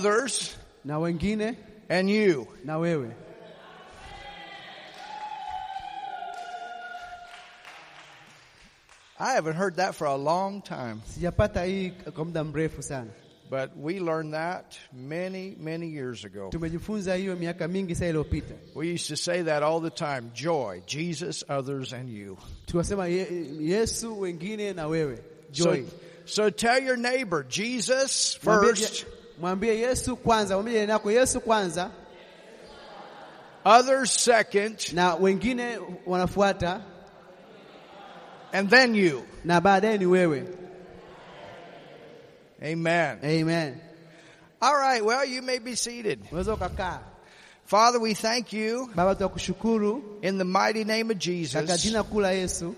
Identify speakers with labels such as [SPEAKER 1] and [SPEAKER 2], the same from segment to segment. [SPEAKER 1] others,
[SPEAKER 2] na wengine
[SPEAKER 1] and you.
[SPEAKER 2] na wewe.
[SPEAKER 1] I haven't heard that for a long time,
[SPEAKER 2] Sijapata hii kwa muda mrefu sana.
[SPEAKER 1] but we learned that many, many years ago.
[SPEAKER 2] Tumejifunza hiyo miaka mingi sasa iliyopita,
[SPEAKER 1] We used to say that all the time joy, Jesus, others, and you.
[SPEAKER 2] tukasema ye, Yesu wengine na wewe. Joy.
[SPEAKER 1] So, so tell your neighbor, Jesus
[SPEAKER 2] Mwambie-
[SPEAKER 1] first,
[SPEAKER 2] mwambie Yesu kwanza, mwambie jirani yako Yesu kwanza,
[SPEAKER 1] others second,
[SPEAKER 2] na wengine wanafuata,
[SPEAKER 1] and then you.
[SPEAKER 2] na baadaye ni wewe.
[SPEAKER 1] Amen.
[SPEAKER 2] Amen.
[SPEAKER 1] All right, well, you may be seated.
[SPEAKER 2] Unaweza ukakaa.
[SPEAKER 1] Father, we thank you
[SPEAKER 2] Baba, tunakushukuru
[SPEAKER 1] in the mighty name of
[SPEAKER 2] katika
[SPEAKER 1] Jesus
[SPEAKER 2] jina kuu la Yesu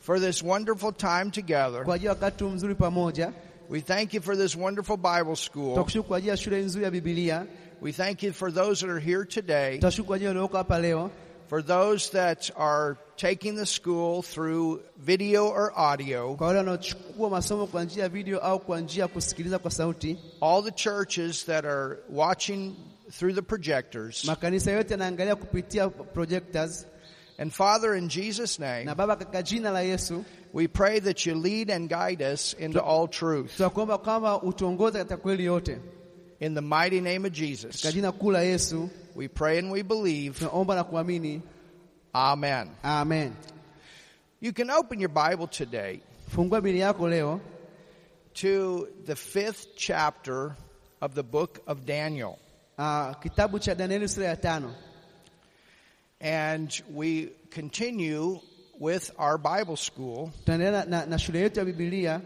[SPEAKER 1] for this wonderful time together.
[SPEAKER 2] kwa ajili ya wakati huu mzuri pamoja.
[SPEAKER 1] We thank you for this wonderful Bible school.
[SPEAKER 2] Tunakushukuru kwa ajili ya shule nzuri ya Biblia.
[SPEAKER 1] We thank you for those that are here today,
[SPEAKER 2] Tunashukuru kwa ajili ya walioko hapa leo,
[SPEAKER 1] for those that are taking the school through video or audio,
[SPEAKER 2] kwa wale wanaochukua masomo kwa njia ya video au kwa njia ya kusikiliza kwa sauti.
[SPEAKER 1] all the churches that are watching through the projectors.
[SPEAKER 2] Makanisa yote yanaangalia kupitia projectors.
[SPEAKER 1] And Father, in Jesus' name,
[SPEAKER 2] Na Baba, katika jina la Yesu
[SPEAKER 1] we pray that you lead and guide us into all truth.
[SPEAKER 2] tunakuomba kwamba utuongoze katika kweli yote,
[SPEAKER 1] In the mighty name of Jesus,
[SPEAKER 2] katika jina kuu la Yesu
[SPEAKER 1] we pray and we believe.
[SPEAKER 2] tunaomba na kuamini,
[SPEAKER 1] Amen.
[SPEAKER 2] amen.
[SPEAKER 1] You can open your Bible today
[SPEAKER 2] Fungua Biblia yako leo
[SPEAKER 1] to the fifth chapter of the book of Daniel.
[SPEAKER 2] uh, kitabu cha Danieli sura ya tano
[SPEAKER 1] And we continue with our Bible school.
[SPEAKER 2] tunaendelea na, na, na shule yetu ya Biblia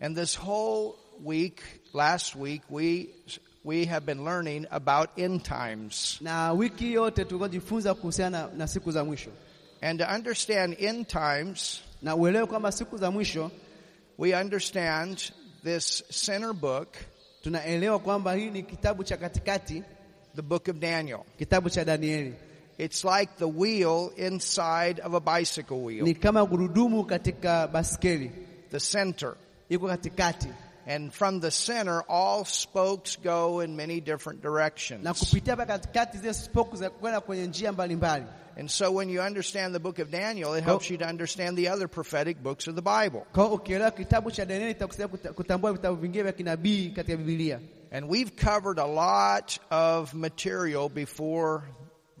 [SPEAKER 1] And this whole week, last week, we, we have been learning about end times.
[SPEAKER 2] na wiki yote tulikojifunza kuhusiana na, na siku za mwisho,
[SPEAKER 1] And to understand end times,
[SPEAKER 2] na uelewe kwamba siku za mwisho
[SPEAKER 1] we understand this center book,
[SPEAKER 2] tunaelewa kwamba hii ni kitabu cha katikati,
[SPEAKER 1] the book of Daniel.
[SPEAKER 2] kitabu cha Danieli
[SPEAKER 1] It's like the wheel inside of a bicycle wheel,
[SPEAKER 2] ni kama gurudumu katika baskeli,
[SPEAKER 1] the center.
[SPEAKER 2] iko katikati,
[SPEAKER 1] And from the center, all spokes go in many different
[SPEAKER 2] na
[SPEAKER 1] directions.
[SPEAKER 2] kupitia hapa katikati zile spoke za kwenda kwenye njia mbalimbali.
[SPEAKER 1] And so when you understand the book of Daniel, it helps you to understand the other prophetic books of the Bible.
[SPEAKER 2] Kwa hiyo ukielewa kitabu cha Danieli itakusaidia kuta- kutambua vitabu vingine vya kinabii katika Biblia.
[SPEAKER 1] And we've covered a lot of material before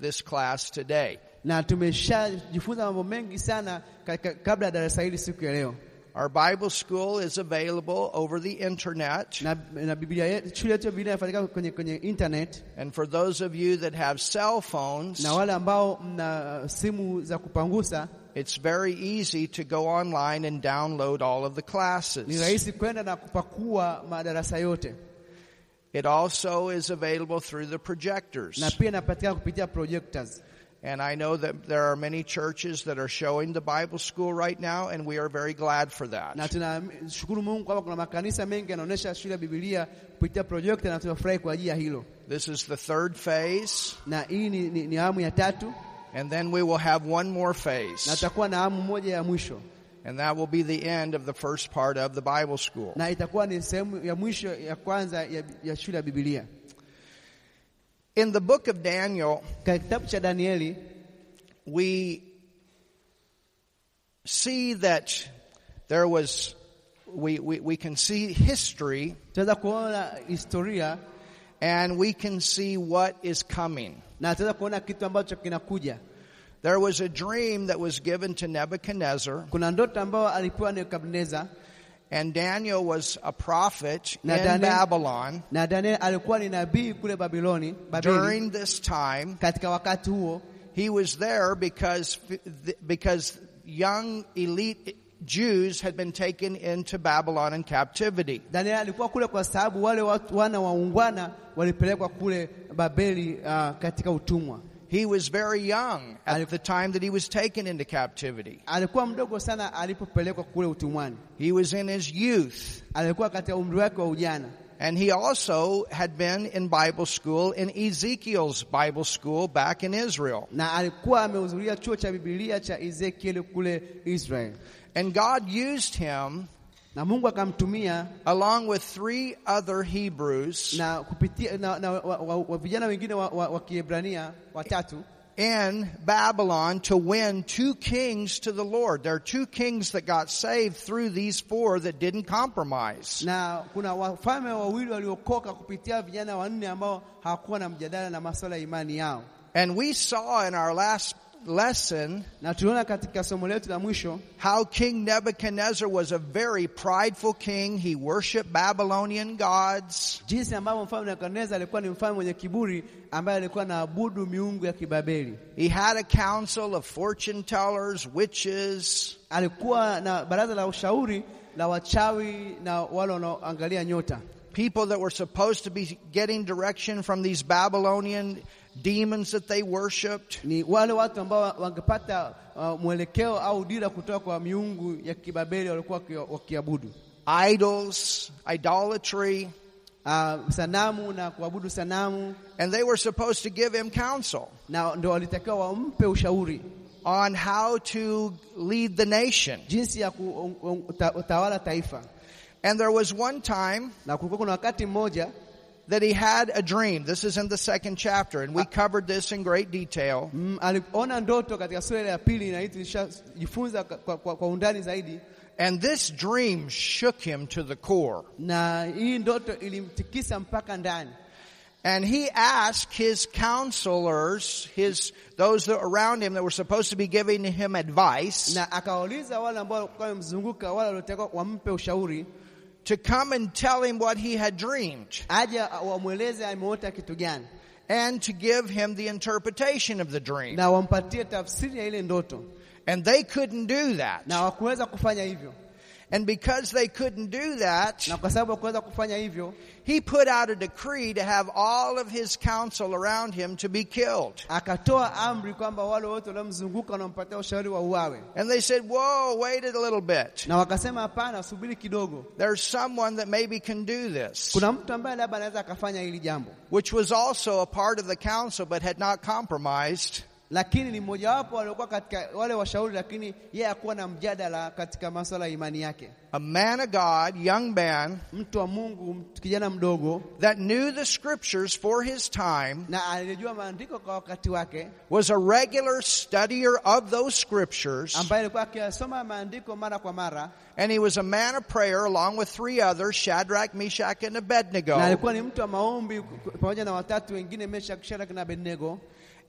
[SPEAKER 1] this class today.
[SPEAKER 2] na tumeshajifunza mambo mengi sana ka- ka- kabla ya darasa hili siku ya leo.
[SPEAKER 1] Our Bible school is available over the internet.
[SPEAKER 2] Na, na Biblia yetu, shule yetu ya Biblia inafanyika kwenye, kwenye internet,
[SPEAKER 1] And for those of you that have cell phones,
[SPEAKER 2] na wale ambao mna simu za kupangusa
[SPEAKER 1] it's very easy to go online and download all of the
[SPEAKER 2] ni
[SPEAKER 1] classes.
[SPEAKER 2] rahisi kwenda na kupakua madarasa yote,
[SPEAKER 1] It also is available through the projectors.
[SPEAKER 2] na pia inapatikana kupitia projectors.
[SPEAKER 1] And I know that there are many churches that are showing the Bible school right now, and we are very glad for
[SPEAKER 2] Na
[SPEAKER 1] that.
[SPEAKER 2] tunashukuru Mungu kwamba kuna makanisa mengi yanaonyesha shule ya Biblia kupitia projector, na tunafurahi kwa ajili ya hilo.
[SPEAKER 1] This is the third phase,
[SPEAKER 2] Na hii ni, ni, ni awamu ya tatu,
[SPEAKER 1] and then we will have one more
[SPEAKER 2] na
[SPEAKER 1] phase,
[SPEAKER 2] tutakuwa na awamu moja ya mwisho,
[SPEAKER 1] and that will be the end of the first part of the Bible school.
[SPEAKER 2] na itakuwa ni sehemu ya mwisho ya kwanza ya, ya shule ya Biblia.
[SPEAKER 1] In the book of Daniel,
[SPEAKER 2] Katika kitabu cha Danieli
[SPEAKER 1] we see that there was, we, we, we can see history,
[SPEAKER 2] tunaweza kuona historia
[SPEAKER 1] and we can see what is coming.
[SPEAKER 2] na tunaweza kuona kitu ambacho kinakuja.
[SPEAKER 1] There was a dream that was given to Nebuchadnezzar.
[SPEAKER 2] Kuna ndoto ambayo alipewa Nebukadneza
[SPEAKER 1] And Daniel was a prophet
[SPEAKER 2] Now,
[SPEAKER 1] in
[SPEAKER 2] Daniel-
[SPEAKER 1] Babylon
[SPEAKER 2] na Danieli alikuwa ni nabii kule Babiloni, Babeli.
[SPEAKER 1] during this time.
[SPEAKER 2] Katika wakati huo
[SPEAKER 1] He was there because because young elite Jews had been taken into Babylon in captivity.
[SPEAKER 2] Danieli alikuwa kule kwa sababu wale watu wana waungwana walipelekwa kule Babeli uh, katika utumwa.
[SPEAKER 1] He was very young at
[SPEAKER 2] Al-
[SPEAKER 1] the time that he was taken into captivity.
[SPEAKER 2] Alikuwa mdogo sana alipopelekwa kule utumwani,
[SPEAKER 1] He was in his youth.
[SPEAKER 2] alikuwa katika umri wake wa ujana,
[SPEAKER 1] And he also had been in Bible school in Ezekiel's Bible school back in Israel.
[SPEAKER 2] na alikuwa amehudhuria chuo cha Biblia cha Ezekieli kule Israeli,
[SPEAKER 1] And God used him
[SPEAKER 2] na Mungu akamtumia
[SPEAKER 1] along with three other Hebrews
[SPEAKER 2] na kupitia na, na wa, wa, wa vijana wengine wa, wa, wa Kiebrania watatu
[SPEAKER 1] in Babylon to win two kings to the Lord. There are two kings that got saved through these four that didn't compromise.
[SPEAKER 2] na kuna wafalme wawili waliokoka kupitia vijana wanne ambao hawakuwa na mjadala na masuala ya imani yao.
[SPEAKER 1] And we saw in our last lesson
[SPEAKER 2] Na tuliona katika somo letu la mwisho
[SPEAKER 1] how King Nebuchadnezzar was a very prideful king. He worshiped Babylonian gods.
[SPEAKER 2] jinsi ambavyo mfalme Nebukadneza alikuwa ni mfalme mwenye kiburi ambaye alikuwa anaabudu miungu ya Kibabeli.
[SPEAKER 1] He had a council of fortune tellers, witches,
[SPEAKER 2] Alikuwa na baraza la ushauri la wachawi na wale wanaoangalia nyota,
[SPEAKER 1] people that were supposed to be getting direction from these Babylonian demons that they worshiped.
[SPEAKER 2] ni wale watu ambao wangepata uh, mwelekeo au dira kutoka kwa miungu ya Kibabeli walikuwa waki- wakiabudu
[SPEAKER 1] idols, idolatry,
[SPEAKER 2] uh, sanamu na kuabudu sanamu,
[SPEAKER 1] and they were supposed to give him counsel
[SPEAKER 2] na ndio walitakiwa wampe ushauri
[SPEAKER 1] on how to lead the nation.
[SPEAKER 2] jinsi ya um, kutawala taifa.
[SPEAKER 1] And there was one time
[SPEAKER 2] Na kulikuwa kuna wakati mmoja
[SPEAKER 1] that he had a dream. This is in the second chapter, and we covered this in great detail.
[SPEAKER 2] Mm, aliona ndoto katika sura ile ya pili na hii tulishajifunza kwa, kwa, kwa undani zaidi,
[SPEAKER 1] And this dream shook him to the core.
[SPEAKER 2] na hii ndoto ilimtikisa mpaka ndani,
[SPEAKER 1] And he asked his counselors, his, those that around him that were supposed to be giving him advice,
[SPEAKER 2] na akawauliza wale ambao walikuwa wamemzunguka, wale waliotakiwa wampe ushauri,
[SPEAKER 1] to come and tell him what he had dreamed
[SPEAKER 2] aje wamweleze ameota kitu gani,
[SPEAKER 1] and to give him the interpretation of the dream.
[SPEAKER 2] na wampatie tafsiri ya ile ndoto,
[SPEAKER 1] And they couldn't do that.
[SPEAKER 2] na wakuweza kufanya hivyo,
[SPEAKER 1] And because they couldn't do that,
[SPEAKER 2] na kwa sababu wakuweza kufanya hivyo,
[SPEAKER 1] he put out a decree to have all of his council around him to be killed.
[SPEAKER 2] akatoa amri kwamba wale wote waliomzunguka wanampatia ushauri wa uawe,
[SPEAKER 1] And they said, Whoa, wait a little bit.
[SPEAKER 2] na wakasema hapana, subiri kidogo,
[SPEAKER 1] There's someone that maybe can do this,
[SPEAKER 2] kuna mtu ambaye labda anaweza akafanya hili jambo
[SPEAKER 1] which was also a part of the council but had not compromised.
[SPEAKER 2] lakini ni mmojawapo waliokuwa katika wale washauri, lakini yeye hakuwa na mjadala katika masuala ya imani yake.
[SPEAKER 1] A man of God, young man,
[SPEAKER 2] Mtu wa Mungu, mtu- kijana mdogo,
[SPEAKER 1] that knew the scriptures for his time,
[SPEAKER 2] na alijua maandiko kwa wakati wake,
[SPEAKER 1] was a regular studier of those scriptures,
[SPEAKER 2] ambaye alikuwa akisoma maandiko mara kwa mara,
[SPEAKER 1] and he was a man of prayer along with three others, Shadrach, Meshach, and Abednego.
[SPEAKER 2] na alikuwa ni mtu wa maombi ku- pamoja na watatu wengine, Meshaki, Shadraka na Abednego,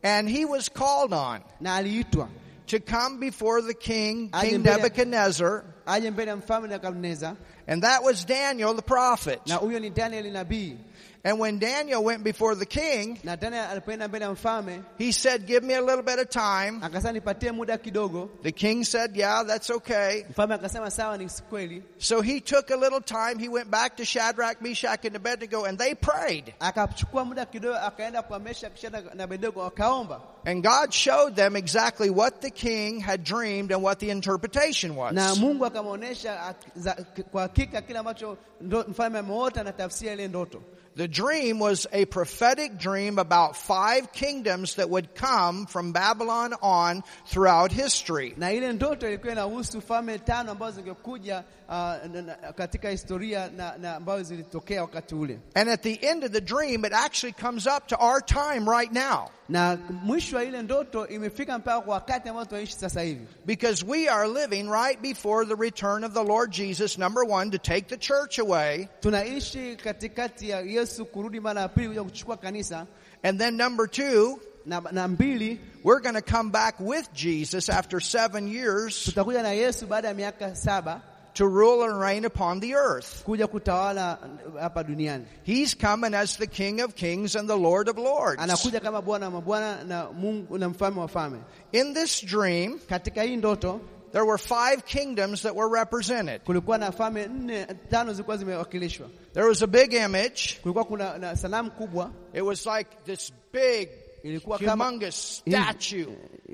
[SPEAKER 1] And he was called on
[SPEAKER 2] na aliitwa
[SPEAKER 1] to come before the king,
[SPEAKER 2] I
[SPEAKER 1] King
[SPEAKER 2] didn't hear that.
[SPEAKER 1] Nebuchadnezzar,
[SPEAKER 2] aje mbele ya mfalme Nebukadneza,
[SPEAKER 1] and that was Daniel the prophet.
[SPEAKER 2] na huyo ni Danieli nabii.
[SPEAKER 1] And when Daniel went before the king,
[SPEAKER 2] Na Danieli alipoenda mbele ya mfalme
[SPEAKER 1] he said, Give me a little bit of time.
[SPEAKER 2] akasema, nipatie muda kidogo.
[SPEAKER 1] The king said, Yeah, that's okay.
[SPEAKER 2] Mfalme akasema sawa, ni kweli.
[SPEAKER 1] So he took a little time. He went back to Shadrach, Meshach, and Abednego, and they prayed.
[SPEAKER 2] akachukua muda kidogo akaenda kwa Meshaki, Shadraka na Abednego akaomba,
[SPEAKER 1] And God showed them exactly what the king had dreamed and what the interpretation was.
[SPEAKER 2] na Mungu akamwonyesha ak- za- k- kwa hakika kile ambacho ndo- mfalme ameota na tafsiri ya ile ndoto.
[SPEAKER 1] The dream was a prophetic dream about five kingdoms that would come from Babylon on throughout history.
[SPEAKER 2] Na ile ndoto ilikuwa inahusu falme tano ambazo zingekuja uh, na- na- katika historia na, na ambazo zilitokea wakati ule,
[SPEAKER 1] And at the end of the dream, it actually comes up to our time right now
[SPEAKER 2] na mwisho wa ile ndoto imefika mpaka kwa wakati ambao tunaishi sasa hivi,
[SPEAKER 1] because we are living right before the return of the Lord Jesus, number one, to take the church away.
[SPEAKER 2] tunaishi katikati ya Yesu kurudi mara ya pili kuja kuchukua kanisa
[SPEAKER 1] And then number two,
[SPEAKER 2] na, na mbili
[SPEAKER 1] we're going to come back with Jesus after seven years
[SPEAKER 2] tutakuja na Yesu baada ya miaka saba
[SPEAKER 1] to rule and reign upon the earth.
[SPEAKER 2] kuja kutawala hapa duniani.
[SPEAKER 1] He's coming as the King of Kings and the Lord of Lords.
[SPEAKER 2] Anakuja kama Bwana wa mabwana na Mungu na mfalme wa wafalme.
[SPEAKER 1] In this dream,
[SPEAKER 2] Katika hii ndoto
[SPEAKER 1] There were five kingdoms that were represented.
[SPEAKER 2] kulikuwa na falme nne tano zilikuwa zimewakilishwa.
[SPEAKER 1] There was a big image.
[SPEAKER 2] Kulikuwa kuna na sanamu kubwa
[SPEAKER 1] It was like this big,
[SPEAKER 2] Ilikuwa kama-
[SPEAKER 1] humongous statue.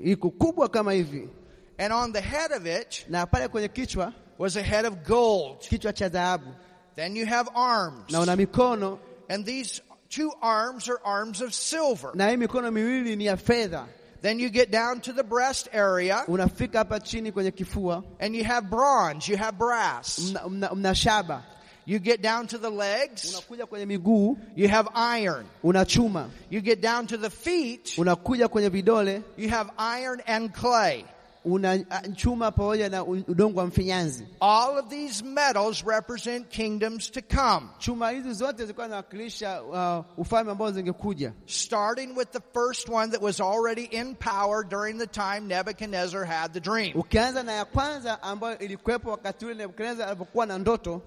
[SPEAKER 2] iko kubwa kama hivi,
[SPEAKER 1] And on the head of it
[SPEAKER 2] na pale kwenye kichwa
[SPEAKER 1] was a head of gold.
[SPEAKER 2] kichwa cha dhahabu,
[SPEAKER 1] Then you have arms.
[SPEAKER 2] na una mikono,
[SPEAKER 1] And these two arms are arms of silver.
[SPEAKER 2] na hii mikono miwili ni ya fedha,
[SPEAKER 1] Then you get down to the breast area
[SPEAKER 2] unafika hapa chini kwenye kifua,
[SPEAKER 1] and you have bronze, you have brass.
[SPEAKER 2] mna, mna, mna shaba.
[SPEAKER 1] You get down to the legs,
[SPEAKER 2] Unakuja kwenye miguu
[SPEAKER 1] you have iron.
[SPEAKER 2] una chuma,
[SPEAKER 1] You get down to the feet,
[SPEAKER 2] unakuja kwenye vidole
[SPEAKER 1] you have iron and clay.
[SPEAKER 2] una a- chuma pamoja na u- udongo wa mfinyanzi.
[SPEAKER 1] All of these metals represent kingdoms to come.
[SPEAKER 2] Chuma hizi zote zilikuwa zinawakilisha uh, ufalme ambao zingekuja,
[SPEAKER 1] Starting with the first one that was already in power during the time Nebuchadnezzar had the dream.
[SPEAKER 2] ukianza na ya kwanza ambayo ilikuwepo wakati ule Nebukadnezar alipokuwa na ndoto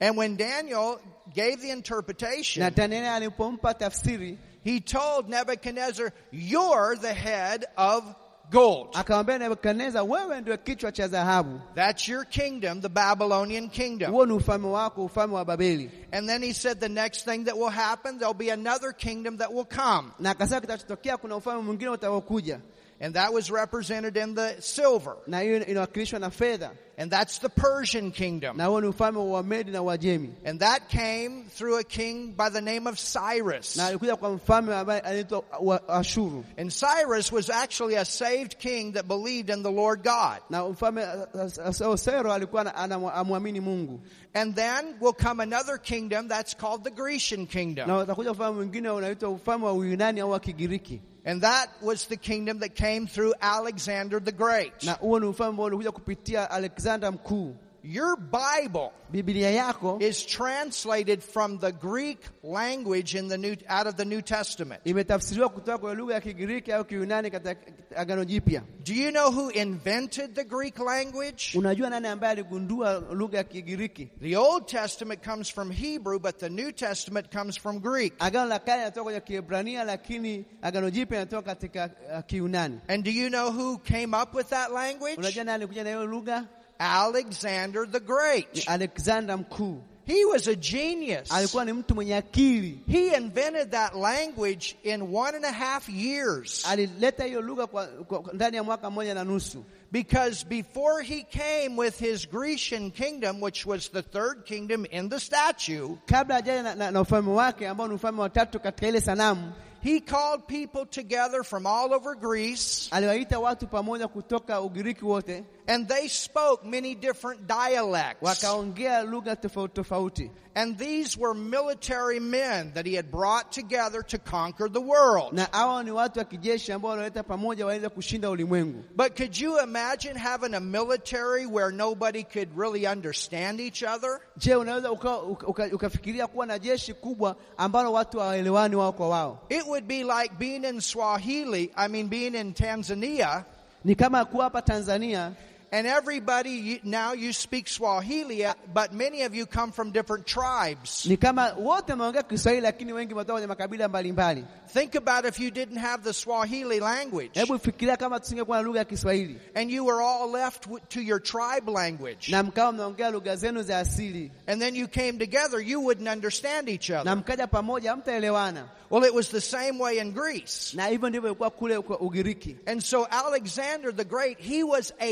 [SPEAKER 1] And when Daniel gave the
[SPEAKER 2] na
[SPEAKER 1] interpretation,
[SPEAKER 2] Danieli alipompa tafsiri
[SPEAKER 1] he told Nebuchadnezzar, You're the head of gold.
[SPEAKER 2] akamwambia Nebukadnezar, wewe ndio kichwa cha dhahabu,
[SPEAKER 1] That's your kingdom, the Babylonian kingdom.
[SPEAKER 2] huo ni ufalme wako, ufalme wa Babeli.
[SPEAKER 1] And then he said, The next thing that will happen, there'll be another kingdom that will come.
[SPEAKER 2] Na akasema kitachotokea, kuna ufalme mwingine utakaokuja,
[SPEAKER 1] And that was represented in the silver.
[SPEAKER 2] na hiyo inawakilishwa na fedha,
[SPEAKER 1] And that's the Persian kingdom.
[SPEAKER 2] na huo ni ufalme wa Medi na Uajemi,
[SPEAKER 1] And that came through a king by the name of Cyrus.
[SPEAKER 2] na alikuja kwa mfalme ambaye anaitwa wa- Ashuru.
[SPEAKER 1] And Cyrus was actually a saved king that believed in the Lord God.
[SPEAKER 2] na mfalme Osero alikuwa ana- ana- amwamini Mungu,
[SPEAKER 1] And then will come another kingdom that's called the Grecian
[SPEAKER 2] na
[SPEAKER 1] kingdom.
[SPEAKER 2] watakuja ufalme mwingine unaitwa ufalme wa Uyunani au wa Kigiriki,
[SPEAKER 1] And that was the kingdom that came through Alexander the Great.
[SPEAKER 2] na huo ni ufalme ambao ulikuja kupitia Alexander Mkuu.
[SPEAKER 1] Your Bible
[SPEAKER 2] Biblia yako
[SPEAKER 1] is translated from the Greek language in the new, out of the New Testament.
[SPEAKER 2] imetafsiriwa kutoka kwenye lugha ya Kigiriki au Kiyunani katika Agano Jipya.
[SPEAKER 1] Do you know who invented the Greek language?
[SPEAKER 2] Unajua nani ambaye aligundua lugha ya Kigiriki?
[SPEAKER 1] The Old Testament comes from Hebrew, but the New Testament comes from Greek.
[SPEAKER 2] Agano la Kale linatoka kwenye Kiebrania, lakini Agano Jipya linatoka katika uh, Kiyunani.
[SPEAKER 1] And do you know who came up with that language?
[SPEAKER 2] Unajua nani alikuja na hiyo lugha?
[SPEAKER 1] Alexander the
[SPEAKER 2] Ni
[SPEAKER 1] Great.
[SPEAKER 2] Alexander Mkuu.
[SPEAKER 1] He was a genius.
[SPEAKER 2] Alikuwa ni mtu mwenye akili.
[SPEAKER 1] He invented that language in one and a half years.
[SPEAKER 2] alileta hiyo lugha kwa, kwa, ndani ya mwaka mmoja na nusu,
[SPEAKER 1] Because before he came with his Grecian kingdom, which was the third kingdom in the statue,
[SPEAKER 2] kabla hajaja na, na, na ufalme wake ambao ni ufalme wa tatu katika ile sanamu.
[SPEAKER 1] he called people together from all over Greece,
[SPEAKER 2] Aliwaita watu pamoja kutoka Ugiriki wote,
[SPEAKER 1] and they spoke many different dialects.
[SPEAKER 2] wakaongea lugha tofauti tofauti,
[SPEAKER 1] And these were military men that he had brought together to conquer the world.
[SPEAKER 2] na hawa ni watu wa kijeshi ambao walioleta pamoja waweze kushinda ulimwengu.
[SPEAKER 1] But could you imagine having a military where nobody could really understand each other?
[SPEAKER 2] Je, unaweza ukafikiria uka, uka, ukafikiria kuwa na jeshi kubwa ambalo watu hawaelewani wao kwa wao?
[SPEAKER 1] It would be like being in Swahili, I mean, being in Tanzania,
[SPEAKER 2] Ni kama kuwa hapa Tanzania
[SPEAKER 1] and everybody you, now you speak Swahili, but many of you come from different tribes.
[SPEAKER 2] ni kama wote wameongea Kiswahili, lakini wengi wametoka kwenye makabila mbalimbali.
[SPEAKER 1] Think about if you didn't have the Swahili language
[SPEAKER 2] Hebu fikiria kama tusingekuwa na lugha ya Kiswahili
[SPEAKER 1] and you were all left w- to your tribe language,
[SPEAKER 2] na mkawa mnaongea lugha zenu za asili
[SPEAKER 1] and then you came together, you wouldn't understand each other.
[SPEAKER 2] na mkaja pamoja, mtaelewana.
[SPEAKER 1] Well, it was the same way in Greece.
[SPEAKER 2] Na hivyo ndivyo ilikuwa kule kwa Ugiriki.
[SPEAKER 1] And so Alexander the Great, he was a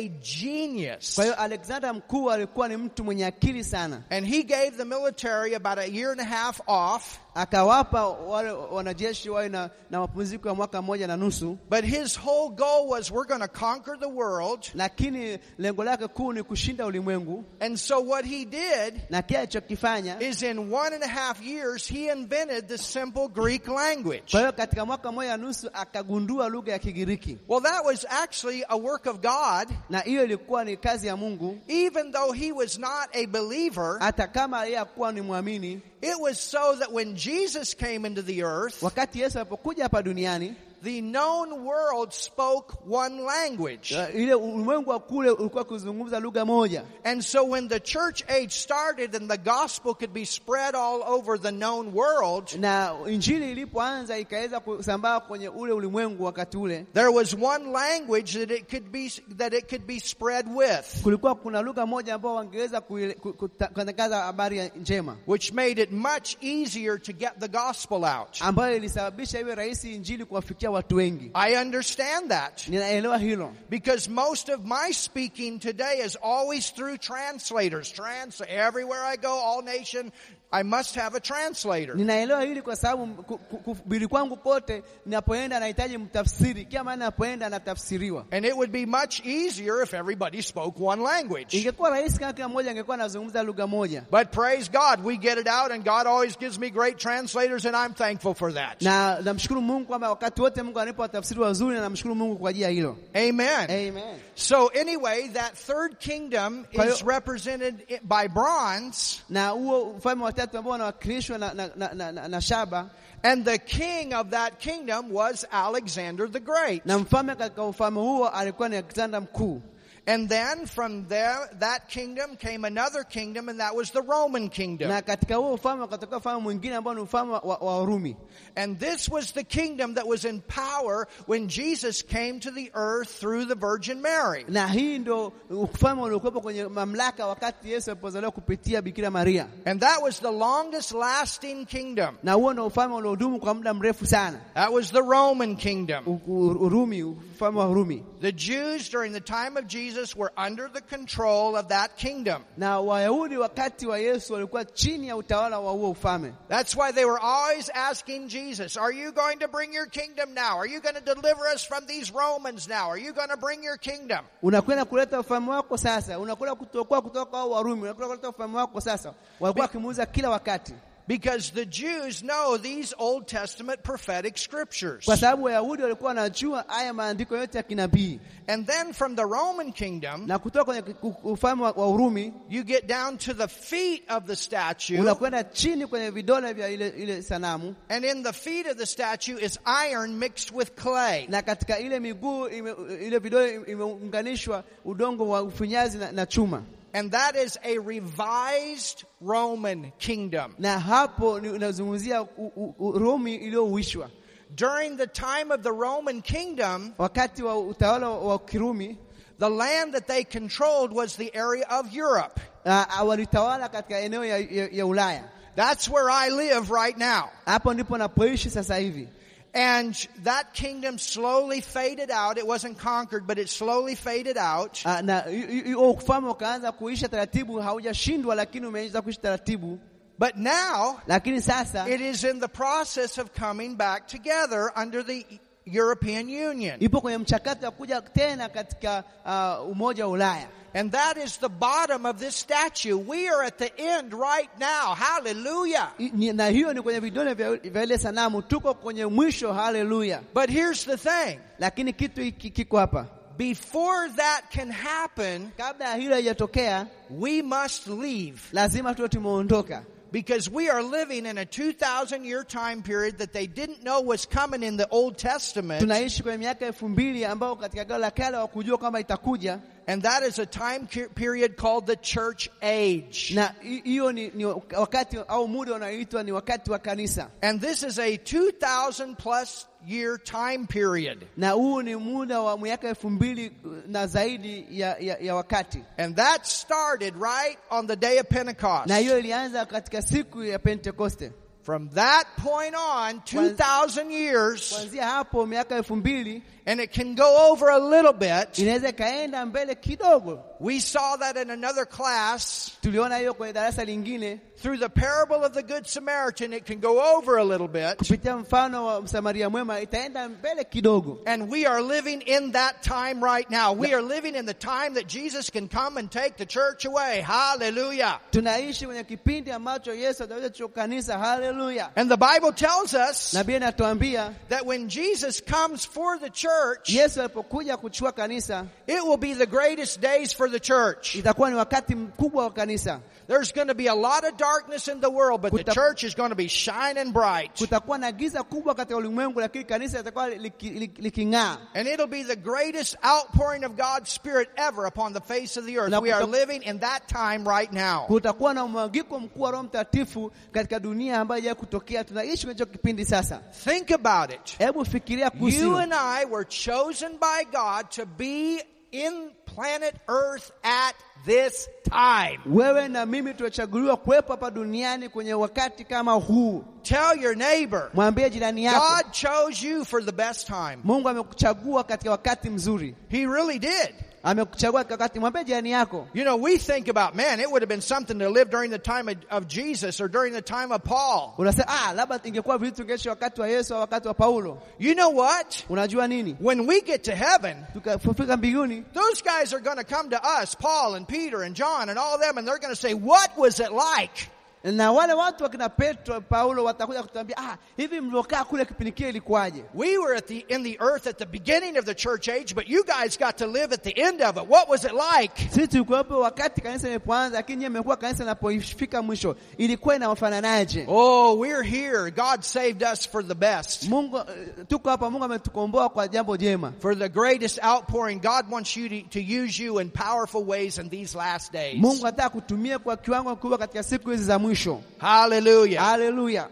[SPEAKER 1] genius.
[SPEAKER 2] Kwa hiyo Alexander mkuu alikuwa ni mtu mwenye akili sana,
[SPEAKER 1] And he gave the military about a year and a half off,
[SPEAKER 2] akawapa wale wanajeshi wawe na, na mapumziko ya mwaka mmoja na nusu,
[SPEAKER 1] but his whole goal was we're going to conquer the world.
[SPEAKER 2] lakini lengo lake kuu ni kushinda ulimwengu.
[SPEAKER 1] And so what he did
[SPEAKER 2] Na kile alichokifanya,
[SPEAKER 1] is in one and a half years, he invented the simple Greek language.
[SPEAKER 2] kwa hiyo katika mwaka mmoja na nusu akagundua lugha ya Kigiriki,
[SPEAKER 1] Well, that was actually a work of God.
[SPEAKER 2] na hiyo ilikuwa ni kazi ya Mungu.
[SPEAKER 1] Even though he was not a believer,
[SPEAKER 2] Hata kama yeye hakuwa ni mwamini,
[SPEAKER 1] it was so that when Jesus came into the earth,
[SPEAKER 2] wakati Yesu alipokuja hapa duniani
[SPEAKER 1] the known world spoke one language.
[SPEAKER 2] Uh, ile ulimwengu wa kule ulikuwa kuzungumza lugha moja,
[SPEAKER 1] And so when the church age started and the gospel could be spread all over the known world,
[SPEAKER 2] na injili ilipoanza ikaweza kusambaa kwenye ule ulimwengu. Wakati ule
[SPEAKER 1] there was one language that it could be that it could be spread with,
[SPEAKER 2] kulikuwa kuna lugha moja ambao wangeweza kuile- ku- kuta- kutangaza habari ya njema,
[SPEAKER 1] which made it much easier to get the gospel out.
[SPEAKER 2] ambayo ilisababisha iwe rahisi injili kuwafikia watu wengi.
[SPEAKER 1] I understand that
[SPEAKER 2] Ninaelewa hilo,
[SPEAKER 1] because most of my speaking today is always through translators. Trans everywhere I go, all nation I must have a translator.
[SPEAKER 2] Ninaelewa hili kwa sababu ku- ku- kuhubiri kwangu kote, ninapoenda nahitaji mtafsiri, kila maana napoenda natafsiriwa.
[SPEAKER 1] And it would be much easier if everybody spoke one language.
[SPEAKER 2] Ingekuwa rahisi kama kila mmoja angekuwa anazungumza lugha moja,
[SPEAKER 1] But praise God, we get it out and God always gives me great translators and I'm thankful for that.
[SPEAKER 2] na namshukuru Mungu kwamba wakati wote Mungu anipa watafsiri wazuri, na namshukuru Mungu kwa ajili ya hilo.
[SPEAKER 1] Amen.
[SPEAKER 2] Amen.
[SPEAKER 1] So anyway, that third kingdom is
[SPEAKER 2] Kayo-
[SPEAKER 1] represented i- by bronze
[SPEAKER 2] Na huo ufalme wa tatu ambao unawakilishwa na, na, na, na, na, na shaba
[SPEAKER 1] and the king of that kingdom was Alexander the Great.
[SPEAKER 2] na mfalme katika ufalme huo alikuwa ni Alexander Mkuu,
[SPEAKER 1] And then from there, that kingdom came another kingdom and that was the Roman kingdom.
[SPEAKER 2] na katika huo ufalme ukatokea ufalme mwingine ambao ni ufalme wa, wa Warumi,
[SPEAKER 1] And this was the kingdom that was in power when Jesus came to the earth through the Virgin Mary.
[SPEAKER 2] na hii ndo ufalme uliokuwepo kwenye mamlaka wakati Yesu alipozaliwa kupitia Bikira Maria,
[SPEAKER 1] And that was the longest lasting kingdom.
[SPEAKER 2] na huo ndo ufalme uliodumu kwa muda mrefu sana,
[SPEAKER 1] That was the Roman kingdom.
[SPEAKER 2] U- U- Urumi, ufalme wa Urumi.
[SPEAKER 1] The Jews during the time of Jesus were under the control of that kingdom.
[SPEAKER 2] Na Wayahudi wakati wa Yesu walikuwa chini ya utawala wa huo ufalme,
[SPEAKER 1] That's why they were always asking Jesus, Are you going to bring your kingdom now? Are you going to deliver us from these Romans now? Are you going to bring your kingdom?
[SPEAKER 2] unakwenda kuleta ufalme wako sasa, unakwenda kutokoa kutoka hao Warumi, unakwenda kuleta ufalme wako sasa. Walikuwa wakimuuza kila wakati,
[SPEAKER 1] Because the Jews know these Old Testament prophetic scriptures.
[SPEAKER 2] kwa sababu Wayahudi walikuwa wanajua haya maandiko yote ya kinabii.
[SPEAKER 1] And then from the Roman kingdom,
[SPEAKER 2] Na kutoka kwenye ku- ku- ufalme wa, wa Urumi
[SPEAKER 1] you get down to the feet of the statue,
[SPEAKER 2] unakwenda chini kwenye vidole vya ile, ile sanamu,
[SPEAKER 1] and in the feet of the statue is iron mixed with clay.
[SPEAKER 2] na katika ile miguu ime, ile vidole imeunganishwa udongo wa ufinyazi na, na chuma,
[SPEAKER 1] And that is a revised Roman kingdom.
[SPEAKER 2] na hapo ni- unazungumzia u- u- Urumi iliyouishwa
[SPEAKER 1] During the time of the Roman kingdom,
[SPEAKER 2] wakati wa utawala wa Kirumi.
[SPEAKER 1] the land that they controlled was the area of Europe.
[SPEAKER 2] Uh, walitawala katika eneo ya, ya, ya Ulaya.
[SPEAKER 1] That's where I live right now.
[SPEAKER 2] Hapo ndipo napoishi sasa hivi,
[SPEAKER 1] And that kingdom slowly faded out. It wasn't conquered, but it slowly faded out.
[SPEAKER 2] uh, na hu- hu- huo ufalme ukaanza kuisha taratibu, haujashindwa lakini umeanza kuishi taratibu,
[SPEAKER 1] But now
[SPEAKER 2] lakini sasa
[SPEAKER 1] it is in the process of coming back together under the European Union.
[SPEAKER 2] ipo kwenye mchakato wa kuja tena katika uh, umoja wa Ulaya,
[SPEAKER 1] And that is the bottom of this statue. We are at the end right now. Hallelujah.
[SPEAKER 2] I- ni- na hiyo ni kwenye vidole vya, vya ile sanamu. Tuko kwenye mwisho, haleluya.
[SPEAKER 1] But here's the thing.
[SPEAKER 2] Lakini kitu hiki kiko hapa,
[SPEAKER 1] Before that can happen,
[SPEAKER 2] kabla ya hilo haijatokea,
[SPEAKER 1] we must leave
[SPEAKER 2] lazima tuwe tumeondoka,
[SPEAKER 1] because we are living in a 2,000 year time period that they didn't know was coming in the Old Testament.
[SPEAKER 2] tunaishi kwenye miaka elfu mbili ambao katika gao la kale wakujua kwamba itakuja
[SPEAKER 1] And that is a time ke- period called the church age.
[SPEAKER 2] na hi- hiyo ni, ni wakati au muda unaoitwa ni wakati wa kanisa,
[SPEAKER 1] And this is a 2,000 plus year time period.
[SPEAKER 2] na huu ni muda wa miaka elfu mbili uh, na zaidi ya, ya, ya wakati,
[SPEAKER 1] And that started right on the day of Pentecost.
[SPEAKER 2] na hiyo ilianza katika siku ya Pentekoste.
[SPEAKER 1] From that point on, 2,000 years,
[SPEAKER 2] Kuanzia hapo miaka elfu mbili
[SPEAKER 1] and it can go over a little bit.
[SPEAKER 2] inaweza ikaenda mbele kidogo.
[SPEAKER 1] We saw that in another class.
[SPEAKER 2] Tuliona hiyo kwenye darasa lingine
[SPEAKER 1] Through the parable of the Good Samaritan, it can go over a little bit.
[SPEAKER 2] kupitia mfano wa Msamaria mwema, itaenda mbele kidogo,
[SPEAKER 1] And we are living in that time right now. We are living in the time that Jesus can come and take the church away. Hallelujah.
[SPEAKER 2] tunaishi kwenye kipindi ambacho Yesu ataweza kuchukua kanisa. Haleluya!
[SPEAKER 1] And the Bible tells us
[SPEAKER 2] Na Biblia inatuambia
[SPEAKER 1] that when Jesus comes for the church,
[SPEAKER 2] Yesu alipokuja kuchukua kanisa
[SPEAKER 1] it will be the greatest days for the church.
[SPEAKER 2] itakuwa ni wakati mkubwa wa kanisa.
[SPEAKER 1] There's going to be a lot of darkness in the world, but the
[SPEAKER 2] Kuta-
[SPEAKER 1] church is going to be shining bright.
[SPEAKER 2] Kutakuwa na giza kubwa katika ulimwengu, lakini kanisa litakuwa liki- liki- liking'aa.
[SPEAKER 1] And it'll be the greatest outpouring of God's Spirit ever upon the face of the earth.
[SPEAKER 2] Na
[SPEAKER 1] We are
[SPEAKER 2] kuto-
[SPEAKER 1] living in that time right now.
[SPEAKER 2] Kutakuwa na mwagiko mkuu wa Roho Mtakatifu katika dunia ambayo haijawahi kutokea. Tunaishi kwenye hicho kipindi sasa.
[SPEAKER 1] Think about it.
[SPEAKER 2] Hebu fikiria kuhusu
[SPEAKER 1] You
[SPEAKER 2] hilo.
[SPEAKER 1] and I were chosen by God to be in planet Earth at this time.
[SPEAKER 2] Wewe na mimi tumechaguliwa kuwepo hapa duniani kwenye wakati kama huu.
[SPEAKER 1] Tell your neighbor,
[SPEAKER 2] Mwambie jirani yako,
[SPEAKER 1] God chose you for the best time.
[SPEAKER 2] Mungu amekuchagua katika wakati mzuri.
[SPEAKER 1] He really did.
[SPEAKER 2] amekuchagua kakati. Mwambie jirani yako,
[SPEAKER 1] You know, we think about, man, it would have been something to live during the time of, of Jesus or during the time of Paul.
[SPEAKER 2] unasema ah, labda ingekuwa vitu tungeishi wakati wa Yesu au wakati wa Paulo.
[SPEAKER 1] You know what?
[SPEAKER 2] Unajua nini,
[SPEAKER 1] When we get to heaven,
[SPEAKER 2] tukafika mbinguni
[SPEAKER 1] those guys are going to come to us, Paul and Peter and John and all them, and they're going to say, what was it like?
[SPEAKER 2] na wale watu wakina Petro, Paulo watakuja kutuambia ah, hivi mliokaa kule kipindi kile ilikuwaje?
[SPEAKER 1] We were at the, in the earth at the beginning of the church age, but you guys got to live at the end of it. What was it like?
[SPEAKER 2] Sisi tulikuwepo wakati kanisa lilipoanza, lakini nyinyi mmekuwa kanisa linapofika mwisho, ilikuwa inafananaje?
[SPEAKER 1] Oh, we're here. God saved us for the best.
[SPEAKER 2] Mungu eh, tuko hapa, Mungu ametukomboa kwa jambo jema,
[SPEAKER 1] For the greatest outpouring, God wants you to, to use you in powerful ways in these last days.
[SPEAKER 2] Mungu anataka kutumia kwa kiwango kikubwa katika siku hizi za mwisho.
[SPEAKER 1] Hallelujah.
[SPEAKER 2] Haleluya!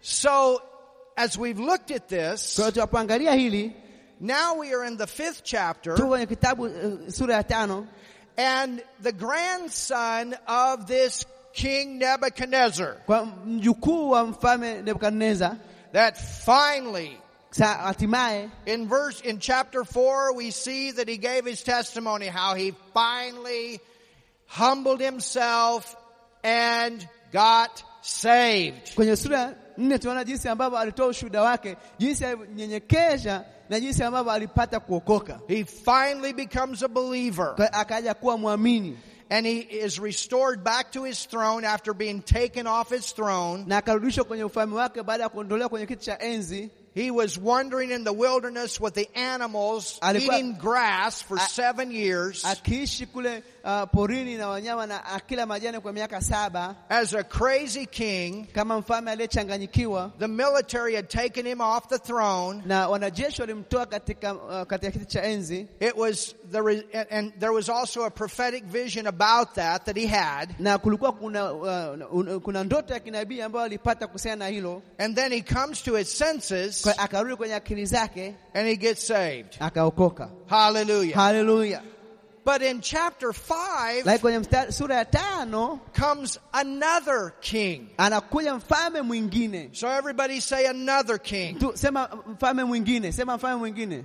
[SPEAKER 1] So, as we've looked at this,
[SPEAKER 2] Kwa hiyo tunapoangalia hili,
[SPEAKER 1] now we are in the fifth chapter,
[SPEAKER 2] tuko kwenye kitabu eh, sura ya tano,
[SPEAKER 1] and the grandson of this King Nebuchadnezzar
[SPEAKER 2] kwa mjukuu wa mfalme Nebukadneza.
[SPEAKER 1] that finally
[SPEAKER 2] Sa hatimaye
[SPEAKER 1] In verse in chapter 4 we see that he gave his testimony how he finally humbled himself and got saved.
[SPEAKER 2] kwenye sura ya nne tunaona jinsi ambavyo alitoa ushuhuda wake, jinsi alinyenyekesha na jinsi ambavyo alipata kuokoka,
[SPEAKER 1] He finally becomes a believer
[SPEAKER 2] Kwa- akaja kuwa mwamini
[SPEAKER 1] and he is restored back to his throne after being taken off his throne.
[SPEAKER 2] na akarudishwa kwenye ufalme wake baada ya kuondolewa kwenye kiti cha enzi.
[SPEAKER 1] He was wandering in the wilderness with the animals
[SPEAKER 2] Alikuwa-
[SPEAKER 1] eating grass for 7 years
[SPEAKER 2] akiishi kule uh, porini na wanyama na akila majani kwa miaka saba
[SPEAKER 1] as a crazy king.
[SPEAKER 2] kama mfalme aliyechanganyikiwa,
[SPEAKER 1] The military had taken him off the throne.
[SPEAKER 2] na wanajeshi walimtoa katika, uh, katika kiti cha enzi
[SPEAKER 1] It was there was, and- and there was also a prophetic vision about that that he had,
[SPEAKER 2] na kulikuwa kuna, uh, un- kuna ndoto ya kinabii ambayo alipata kuhusiana na hilo.
[SPEAKER 1] and then he comes to his senses
[SPEAKER 2] Kwa akarudi kwenye akili zake
[SPEAKER 1] and he gets saved.
[SPEAKER 2] akaokoka.
[SPEAKER 1] Hallelujah!
[SPEAKER 2] Haleluya!
[SPEAKER 1] But in chapter five
[SPEAKER 2] Lakini kwenye mstari, sura ya tano
[SPEAKER 1] comes another king.
[SPEAKER 2] anakuja mfalme mwingine
[SPEAKER 1] So everybody say another king.
[SPEAKER 2] tu, sema mfalme mwingine, sema mfalme mwingine.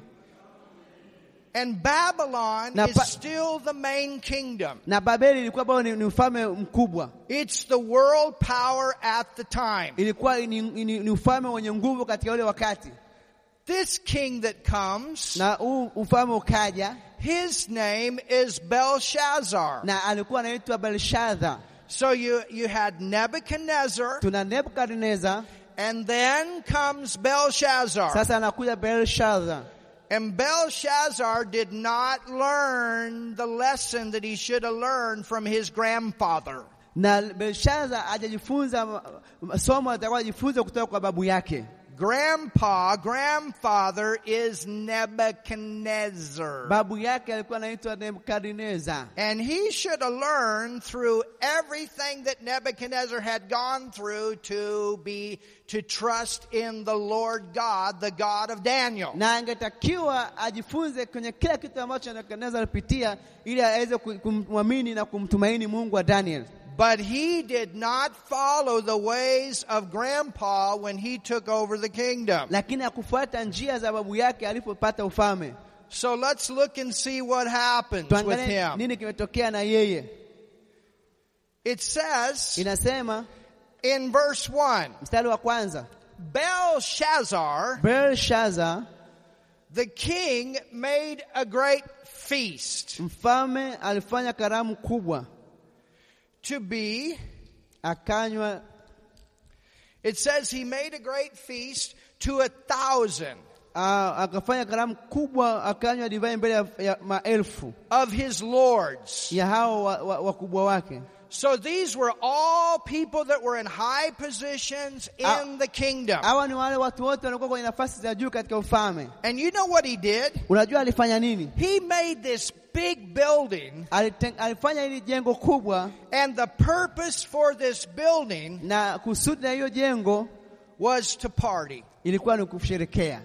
[SPEAKER 1] And Babylon
[SPEAKER 2] Now,
[SPEAKER 1] is
[SPEAKER 2] Ba-
[SPEAKER 1] still the main kingdom.
[SPEAKER 2] Na Babeli ilikuwa bado ni, ni ufalme mkubwa,
[SPEAKER 1] It's the world power at the time.
[SPEAKER 2] ilikuwa ni, ni, ni ufalme wenye nguvu katika ule wakati,
[SPEAKER 1] This king that comes,
[SPEAKER 2] na huu ufalme ukaja,
[SPEAKER 1] his name is Belshazzar.
[SPEAKER 2] na alikuwa anaitwa Belshadha.
[SPEAKER 1] So you you had Nebuchadnezzar.
[SPEAKER 2] Tuna Nebukadneza,
[SPEAKER 1] And then comes Belshazzar.
[SPEAKER 2] sasa anakuja Belshadha,
[SPEAKER 1] And Belshazzar did not learn the lesson that he should have learned from his grandfather.
[SPEAKER 2] na Belshadha hajajifunza ma- ma- somo atakuwa ajifunza kutoka kwa babu yake.
[SPEAKER 1] Grandpa, grandfather is Nebuchadnezzar.
[SPEAKER 2] Babu yake alikuwa anaitwa Nebukadneza.
[SPEAKER 1] And he should have learned through everything that Nebuchadnezzar had gone through to be, to trust in the Lord God, the God of Daniel.
[SPEAKER 2] na angetakiwa ajifunze kwenye kila kitu ambacho Nebukadneza alipitia ili aweze ku- kumwamini na kumtumaini Mungu wa Daniel.
[SPEAKER 1] But he did not follow the ways of grandpa when he took over the kingdom.
[SPEAKER 2] Lakini hakufuata njia za babu yake alipopata ufalme.
[SPEAKER 1] So let's look and see what happens with
[SPEAKER 2] Tuangalie
[SPEAKER 1] him.
[SPEAKER 2] nini kimetokea na yeye.
[SPEAKER 1] It says
[SPEAKER 2] Inasema
[SPEAKER 1] in verse 1
[SPEAKER 2] mstari wa kwanza,
[SPEAKER 1] Belshazzar,
[SPEAKER 2] Belshaza
[SPEAKER 1] the king, made a great feast
[SPEAKER 2] mfalme alifanya karamu kubwa,
[SPEAKER 1] to be.
[SPEAKER 2] akanywa
[SPEAKER 1] It says he made a great feast to a thousand
[SPEAKER 2] a, akafanya karamu kubwa, akanywa divai mbele ya, ya maelfu
[SPEAKER 1] of his lords.
[SPEAKER 2] ya hao wakubwa wa, wa wakubwa wake.
[SPEAKER 1] So these were all people that were in high positions in the kingdom.
[SPEAKER 2] Hawa ni wale watu wote waliokuwa kwenye nafasi za juu katika ufalme.
[SPEAKER 1] And you know what he did?
[SPEAKER 2] Unajua alifanya nini?
[SPEAKER 1] He made this big building,
[SPEAKER 2] Aliten, alifanya hili jengo kubwa,
[SPEAKER 1] and the purpose for this building
[SPEAKER 2] na kusudi la hiyo jengo
[SPEAKER 1] was to party.
[SPEAKER 2] ilikuwa ni kusherekea.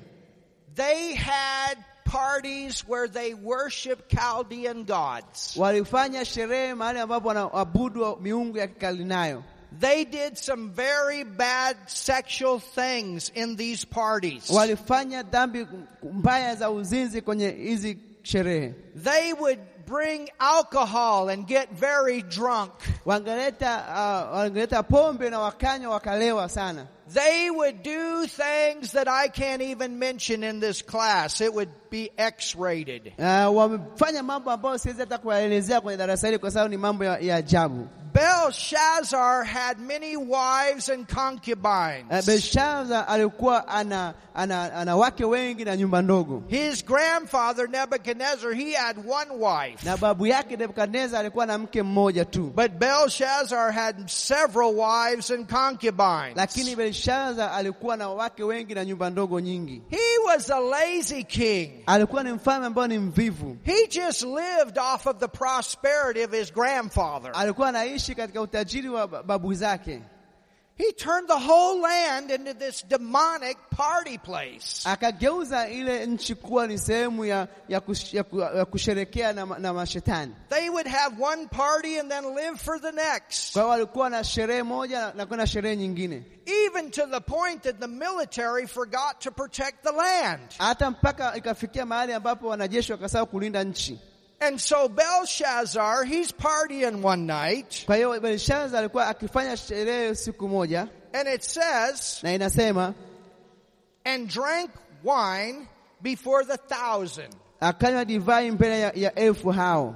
[SPEAKER 1] They had parties where they worship Chaldean gods.
[SPEAKER 2] Walifanya sherehe mahali ambapo wanaabudu miungu ya kikalinayo.
[SPEAKER 1] They did some very bad sexual things in these parties.
[SPEAKER 2] Walifanya dhambi mbaya za uzinzi kwenye hizi sherehe,
[SPEAKER 1] They would bring alcohol and get very drunk.
[SPEAKER 2] wangeleta uh, wangeleta pombe na wakanywa wakalewa sana.
[SPEAKER 1] They would do things that I can't even mention in this class. It would be X-rated.
[SPEAKER 2] Uh, wamefanya mambo ambayo siwezi hata kuwaelezea kwenye darasa hili kwa sababu ni mambo ya, ya ajabu.
[SPEAKER 1] Belshazzar had many wives and
[SPEAKER 2] Uh,
[SPEAKER 1] concubines.
[SPEAKER 2] Belshaza alikuwa ana, ana, ana wake wengi na nyumba ndogo,
[SPEAKER 1] His grandfather Nebuchadnezzar, he had one wife.
[SPEAKER 2] na babu yake Nebukadneza alikuwa na mke mmoja tu,
[SPEAKER 1] But Belshazzar had several wives and concubines.
[SPEAKER 2] lakini Belshaza alikuwa na wake wengi na nyumba ndogo nyingi.
[SPEAKER 1] He was a lazy king.
[SPEAKER 2] Alikuwa ni mfalme ambaye ni mvivu,
[SPEAKER 1] He just lived off of the prosperity of his grandfather.
[SPEAKER 2] alikuwa anaishi katika utajiri wa ba- babu zake,
[SPEAKER 1] He turned the whole land into this demonic party place.
[SPEAKER 2] akageuza ile nchi kuwa ni sehemu ya, ya, kush, ya, ku- ya kusherekea na, ma- na mashetani.
[SPEAKER 1] They would have one party and then live for the next.
[SPEAKER 2] Kwa hiyo walikuwa na sherehe moja na- na kwenda sherehe nyingine,
[SPEAKER 1] Even to the point that the military forgot to protect the land.
[SPEAKER 2] hata mpaka ikafikia mahali ambapo wanajeshi wakasahau kulinda nchi.
[SPEAKER 1] And so Belshazzar, he's partying one night,
[SPEAKER 2] Kwa hiyo Belshaza alikuwa akifanya sherehe siku moja,
[SPEAKER 1] and it says,
[SPEAKER 2] na inasema
[SPEAKER 1] and drank wine before the thousand.
[SPEAKER 2] akanywa divai mbele ya, ya elfu hao.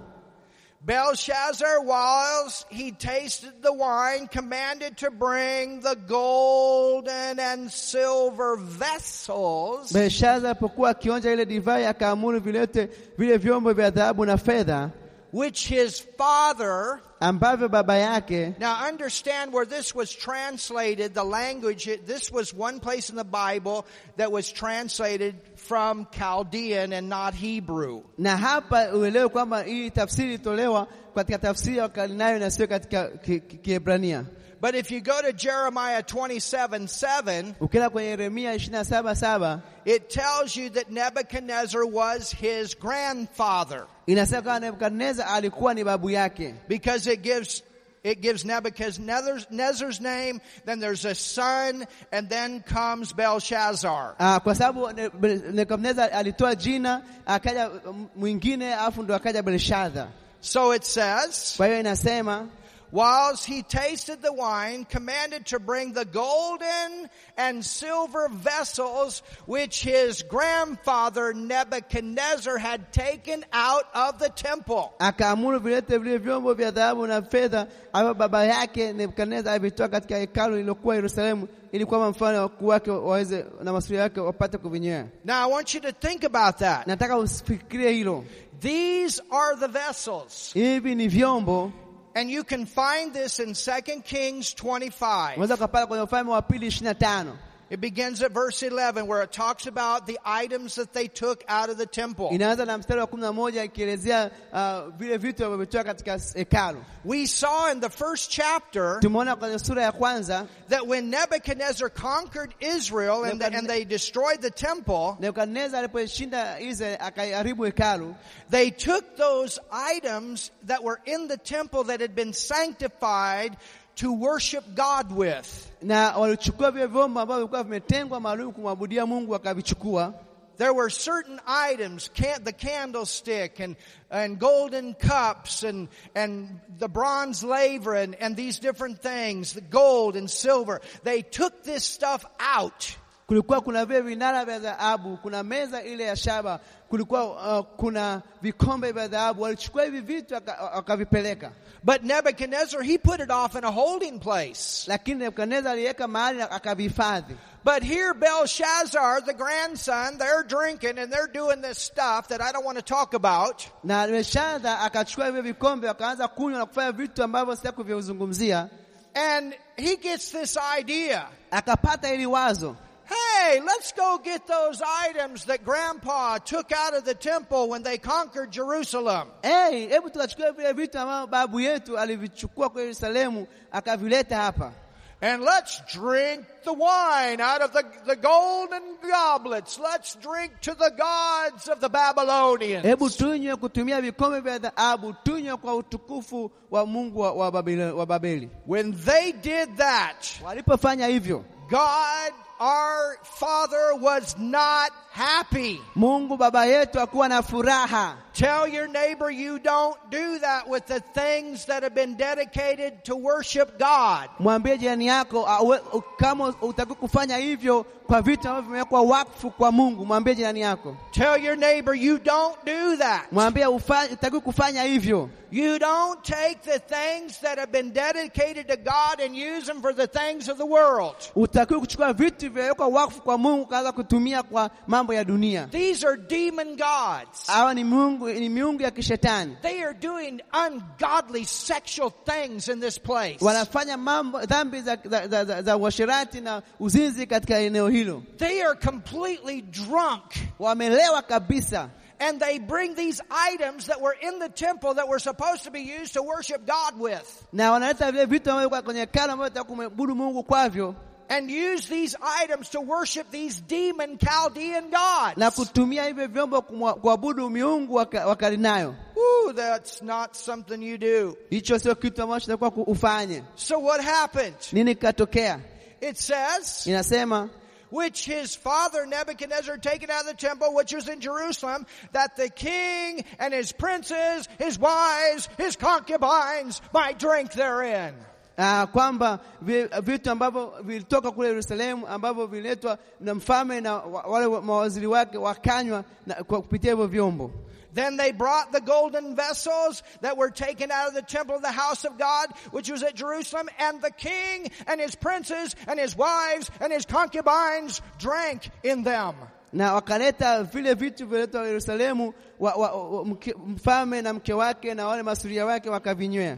[SPEAKER 1] Belshazzar, whilst he tasted the wine, commanded to bring the golden and silver vessels
[SPEAKER 2] Belshaza alipokuwa akionja ile divai, akaamuru vilete vile vyombo vya dhahabu na fedha
[SPEAKER 1] which his father.
[SPEAKER 2] ambavyo baba yake
[SPEAKER 1] Now understand where this was translated, the language, it- this was one place in the Bible that was translated from Chaldean and not Hebrew.
[SPEAKER 2] na hapa uelewe kwamba hii tafsiri ilitolewa katika tafsiri ya Wakaldayo na sio katika Ki- Ki- Kiebrania.
[SPEAKER 1] But if you go to Jeremiah 27, 7,
[SPEAKER 2] Ukienda kwenye Yeremia 27:7
[SPEAKER 1] it tells you that Nebuchadnezzar was his grandfather.
[SPEAKER 2] inasema kwamba Nebukadneza alikuwa ni babu yake,
[SPEAKER 1] because it gives it gives Nebuchadnezzar's name, then there's a son, and then comes Belshazzar.
[SPEAKER 2] Ah, kwa sababu Ne- Be- Nebukadneza alitoa jina akaja mm, mwingine, alafu ndo akaja Belshaza.
[SPEAKER 1] So it says,
[SPEAKER 2] Kwa hiyo inasema
[SPEAKER 1] whilst he tasted the wine, commanded to bring the golden and silver vessels which his grandfather Nebuchadnezzar had taken out of the temple.
[SPEAKER 2] akaamuru vilete vile vyombo vya dhahabu na fedha ambavyo baba yake Nebukadneza alivitoa katika hekalu lililokuwa Yerusalemu, ili kwamba mfalme na wakuu wake waweze na masuria wake wapate kuvinywea.
[SPEAKER 1] Now I want you to think about that.
[SPEAKER 2] Nataka usifikirie hilo.
[SPEAKER 1] These are the vessels.
[SPEAKER 2] Hivi ni vyombo,
[SPEAKER 1] And you can find this in 2 Kings 25.
[SPEAKER 2] unaweza ukapata kwenye Ufalme wa Pili 25
[SPEAKER 1] It begins at verse 11 where it talks about the items that they took out of the temple.
[SPEAKER 2] inaanza na mstari wa 11 ikielezea ah, vile vitu ambavyotoa katika hekalu.
[SPEAKER 1] We saw in the first chapter
[SPEAKER 2] Tumeona kwenye sura ya kwanza
[SPEAKER 1] that when Nebuchadnezzar conquered Israel and, and they destroyed the temple,
[SPEAKER 2] Nebukadneza alipoishinda Israeli akaiharibu hekalu,
[SPEAKER 1] they took those items that were in the temple that had been sanctified to worship God with.
[SPEAKER 2] na walichukua vile vyombo ambavyo vilikuwa vimetengwa maalum kumwabudia Mungu, wakavichukua.
[SPEAKER 1] There were certain items, can, the candlestick and, and golden cups and, and the bronze laver and, and these different things, the gold and silver. They took this stuff out.
[SPEAKER 2] Kulikuwa kuna vile vinara vya dhahabu, kuna meza ile ya shaba, kulikuwa uh, kuna vikombe vya dhahabu. Walichukua hivi vitu waka- wakavipeleka,
[SPEAKER 1] But Nebuchadnezzar, he put it off in a holding place.
[SPEAKER 2] lakini Nebukadneza aliweka mahali na akavihifadhi.
[SPEAKER 1] But here Belshazzar, the grandson, they're drinking and they're doing this stuff that I don't want to talk about.
[SPEAKER 2] Na Belshaza akachukua hivyo vikombe, wakaanza kunywa na kufanya vitu ambavyo sitaki kuvizungumzia.
[SPEAKER 1] And he gets this idea.
[SPEAKER 2] Akapata hili wazo
[SPEAKER 1] Hey, let's go get those items that Grandpa took out of the temple when they conquered Jerusalem.
[SPEAKER 2] Hey, hebu tukachukua vile vitu ambavyo babu yetu alivichukua kwa Yerusalemu akavileta hapa,
[SPEAKER 1] And let's drink the wine out of the, the golden goblets. Let's drink to the gods of the Babylonians.
[SPEAKER 2] hebu tunywe kutumia vikombe vya dhahabu, tunywe kwa utukufu wa Mungu wa, wa, Babilo, wa Babeli.
[SPEAKER 1] When they did that,
[SPEAKER 2] Walipofanya hivyo,
[SPEAKER 1] God our father was not happy.
[SPEAKER 2] Mungu baba yetu hakuwa na furaha.
[SPEAKER 1] Tell your neighbor you don't do that with the things that have been dedicated to worship God.
[SPEAKER 2] Mwambie jirani yako awe- kama utaki kufanya hivyo kwa vitu ambavyo vimewekwa wakfu kwa Mungu, mwambie jirani yako,
[SPEAKER 1] Tell your neighbor you don't do that.
[SPEAKER 2] mwambie ufa- utaki kufanya hivyo.
[SPEAKER 1] You don't take the things that have been dedicated to God and use them for the things of the world.
[SPEAKER 2] Utakiwa kuchukua vitu vilivyowekwa wakfu kwa Mungu kaanza kutumia kwa mambo ya dunia.
[SPEAKER 1] These are demon gods.
[SPEAKER 2] Hawa ni Mungu, ni miungu ya kishetani,
[SPEAKER 1] They are doing ungodly sexual things in this place.
[SPEAKER 2] wanafanya mambo dhambi za, za, za, za, za uasherati na uzinzi katika eneo hilo.
[SPEAKER 1] They are completely drunk
[SPEAKER 2] Wamelewa kabisa,
[SPEAKER 1] and they bring these items that were in the temple that were supposed to be used to worship God with
[SPEAKER 2] na wanaleta vile vitu ambavyo kwa kwenye kalo ambavyo taka kumwabudu Mungu kwavyo
[SPEAKER 1] and use these items to worship these demon Chaldean
[SPEAKER 2] na
[SPEAKER 1] gods.
[SPEAKER 2] kutumia hivyo vyombo kumwa- kuabudu miungu wa ka- wa Kaldayo.
[SPEAKER 1] Ooh, that's not something you do.
[SPEAKER 2] Hicho sio kitu ambacho takuwa ufanye.
[SPEAKER 1] So what happened?
[SPEAKER 2] Nini kikatokea?
[SPEAKER 1] It says,
[SPEAKER 2] Inasema
[SPEAKER 1] which his father Nebuchadnezzar taken out of the temple, which was in Jerusalem, that the king and his princes, his wives, his concubines might drink therein.
[SPEAKER 2] Uh, kwamba vi- vitu ambavyo vilitoka kule Yerusalemu ambavyo viletwa na mfalme na wa- wale wa- mawaziri wake wakanywa na, kwa kupitia hivyo vyombo.
[SPEAKER 1] Then they brought the golden vessels that were taken out of the temple of the house of God, which was at Jerusalem, and the king and his princes and his wives and his concubines drank in them.
[SPEAKER 2] Na wakaleta vile vitu viletwa Yerusalemu wa, wa, wa, mke, mfalme na mke wake na wale masuria wake wakavinywea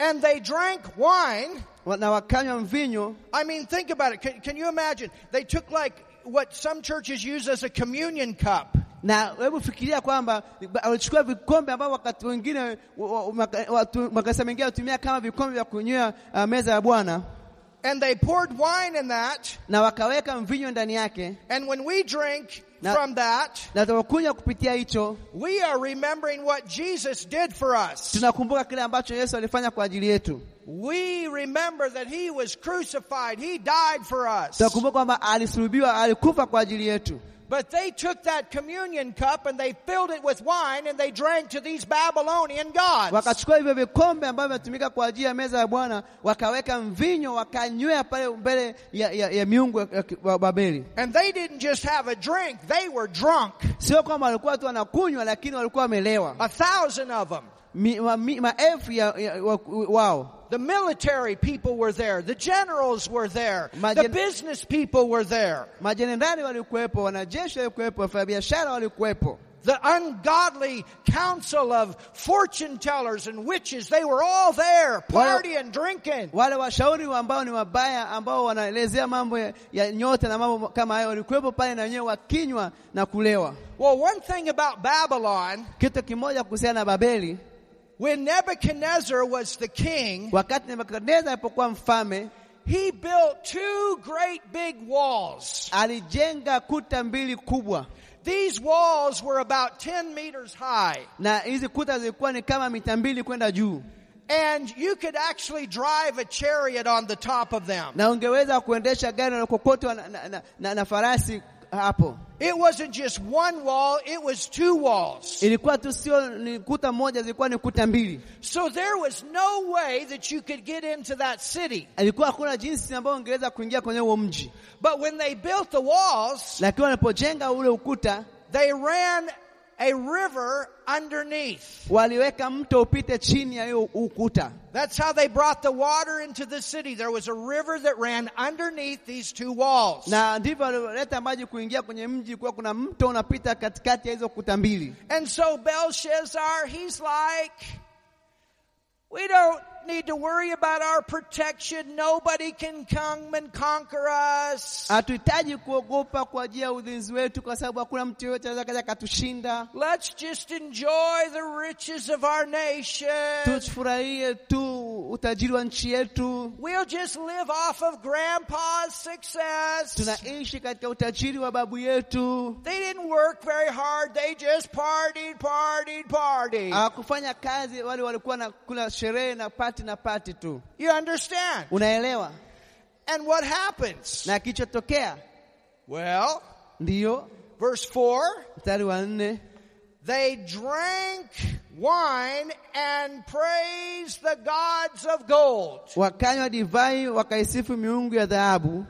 [SPEAKER 1] And they drank wine
[SPEAKER 2] Wa- na wakanywa mvinyo
[SPEAKER 1] I mean, think about it. Can, can you imagine? They took like what some churches use as a communion cup.
[SPEAKER 2] na hebu fikiria kwamba walichukua vikombe ambao wakati wengine wa- wa- maka- watu- makanisa mengine watumia kama vikombe vya kunywea uh, meza ya Bwana
[SPEAKER 1] And they poured wine in that.
[SPEAKER 2] na wakaweka mvinyo ndani yake,
[SPEAKER 1] And when we drink
[SPEAKER 2] Now-
[SPEAKER 1] from that,
[SPEAKER 2] na tunakunywa kupitia hicho,
[SPEAKER 1] we are remembering what Jesus did for us.
[SPEAKER 2] tunakumbuka kile ambacho Yesu alifanya kwa ajili yetu.
[SPEAKER 1] We remember that He was crucified. He died for us.
[SPEAKER 2] Tunakumbuka kwamba alisulubiwa, alikufa kwa ajili yetu,
[SPEAKER 1] But they took that communion cup and they filled it with wine and they drank to these Babylonian gods.
[SPEAKER 2] wakachukua hivyo vikombe ambavyo vinatumika kwa ajili ya meza ya Bwana, wakaweka mvinyo, wakanywea pale mbele ya, ya, ya miungu ya- ya wa Babeli.
[SPEAKER 1] And they didn't just have a drink, they were drunk.
[SPEAKER 2] Sio kwamba walikuwa tu wanakunywa, lakini walikuwa wamelewa.
[SPEAKER 1] A thousand of them.
[SPEAKER 2] mi, ma, mi, maelfu ya, ya, wa, wao
[SPEAKER 1] The military people were there. The generals were there.
[SPEAKER 2] My
[SPEAKER 1] the
[SPEAKER 2] gen-
[SPEAKER 1] business people were there.
[SPEAKER 2] majenerali walikuwepo, wanajeshi walikuwepo, wafanyabiashara walikuwepo,
[SPEAKER 1] The ungodly council of fortune tellers and witches, they were all there
[SPEAKER 2] Well-
[SPEAKER 1] partying, drinking.
[SPEAKER 2] wale washauri ambao ni wabaya ambao wanaelezea mambo ya, ya nyota na mambo kama hayo walikuwepo pale na wenyewe wakinywa na kulewa.
[SPEAKER 1] Well, one thing about Babylon,
[SPEAKER 2] Kitu kimoja kuhusiana na Babeli,
[SPEAKER 1] when Nebuchadnezzar was the king,
[SPEAKER 2] wakati Nebukadneza alipokuwa mfalme
[SPEAKER 1] he built two great big walls.
[SPEAKER 2] alijenga kuta mbili kubwa,
[SPEAKER 1] These walls were about 10 meters high.
[SPEAKER 2] na hizi kuta zilikuwa ni kama mita mbili kwenda juu,
[SPEAKER 1] And you could actually drive a chariot on the top of them.
[SPEAKER 2] na ungeweza kuendesha gari na kokotwa na, na, na, na, na farasi hapo.
[SPEAKER 1] It wasn't just one wall, it was two walls.
[SPEAKER 2] ilikuwa tu sio ni kuta moja, zilikuwa ni kuta mbili.
[SPEAKER 1] So there was no way that you could get into that city.
[SPEAKER 2] Ilikuwa hakuna jinsi ambayo ungeweza kuingia kwenye huo mji,
[SPEAKER 1] But when they built the walls,
[SPEAKER 2] lakini walipojenga ule ukuta
[SPEAKER 1] they ran a river underneath.
[SPEAKER 2] waliweka mto upite chini ya hiyo ukuta.
[SPEAKER 1] That's how they brought the water into the city. There was a river that ran underneath these two walls.
[SPEAKER 2] Na ndivyo walioleta maji kuingia kwenye mji, kuwa kuna mto unapita katikati ya hizo kuta mbili.
[SPEAKER 1] And so Belshazzar, he's like, we don't need to worry about our protection. Nobody can come and conquer us.
[SPEAKER 2] Hatuhitaji kuogopa kwa ajili ya ulinzi wetu, kwa sababu hakuna mtu yeyote anaweza kaja akatushinda.
[SPEAKER 1] Let's just enjoy the riches of our nation.
[SPEAKER 2] Tufurahie tu utajiri wa nchi yetu,
[SPEAKER 1] We'll just live off of grandpa's success.
[SPEAKER 2] tunaishi katika utajiri wa babu yetu.
[SPEAKER 1] They didn't work very hard. They just partied, partied, partied.
[SPEAKER 2] hawakufanya kazi, wale walikuwa na kula sherehe na pati na pati tu,
[SPEAKER 1] You understand?
[SPEAKER 2] unaelewa?
[SPEAKER 1] And what happens?
[SPEAKER 2] Na kilichotokea
[SPEAKER 1] Well,
[SPEAKER 2] ndiyo
[SPEAKER 1] verse 4
[SPEAKER 2] mstari wa nne
[SPEAKER 1] they drank wine and praised the gods of gold.
[SPEAKER 2] wakanywa divai wakaisifu miungu ya dhahabu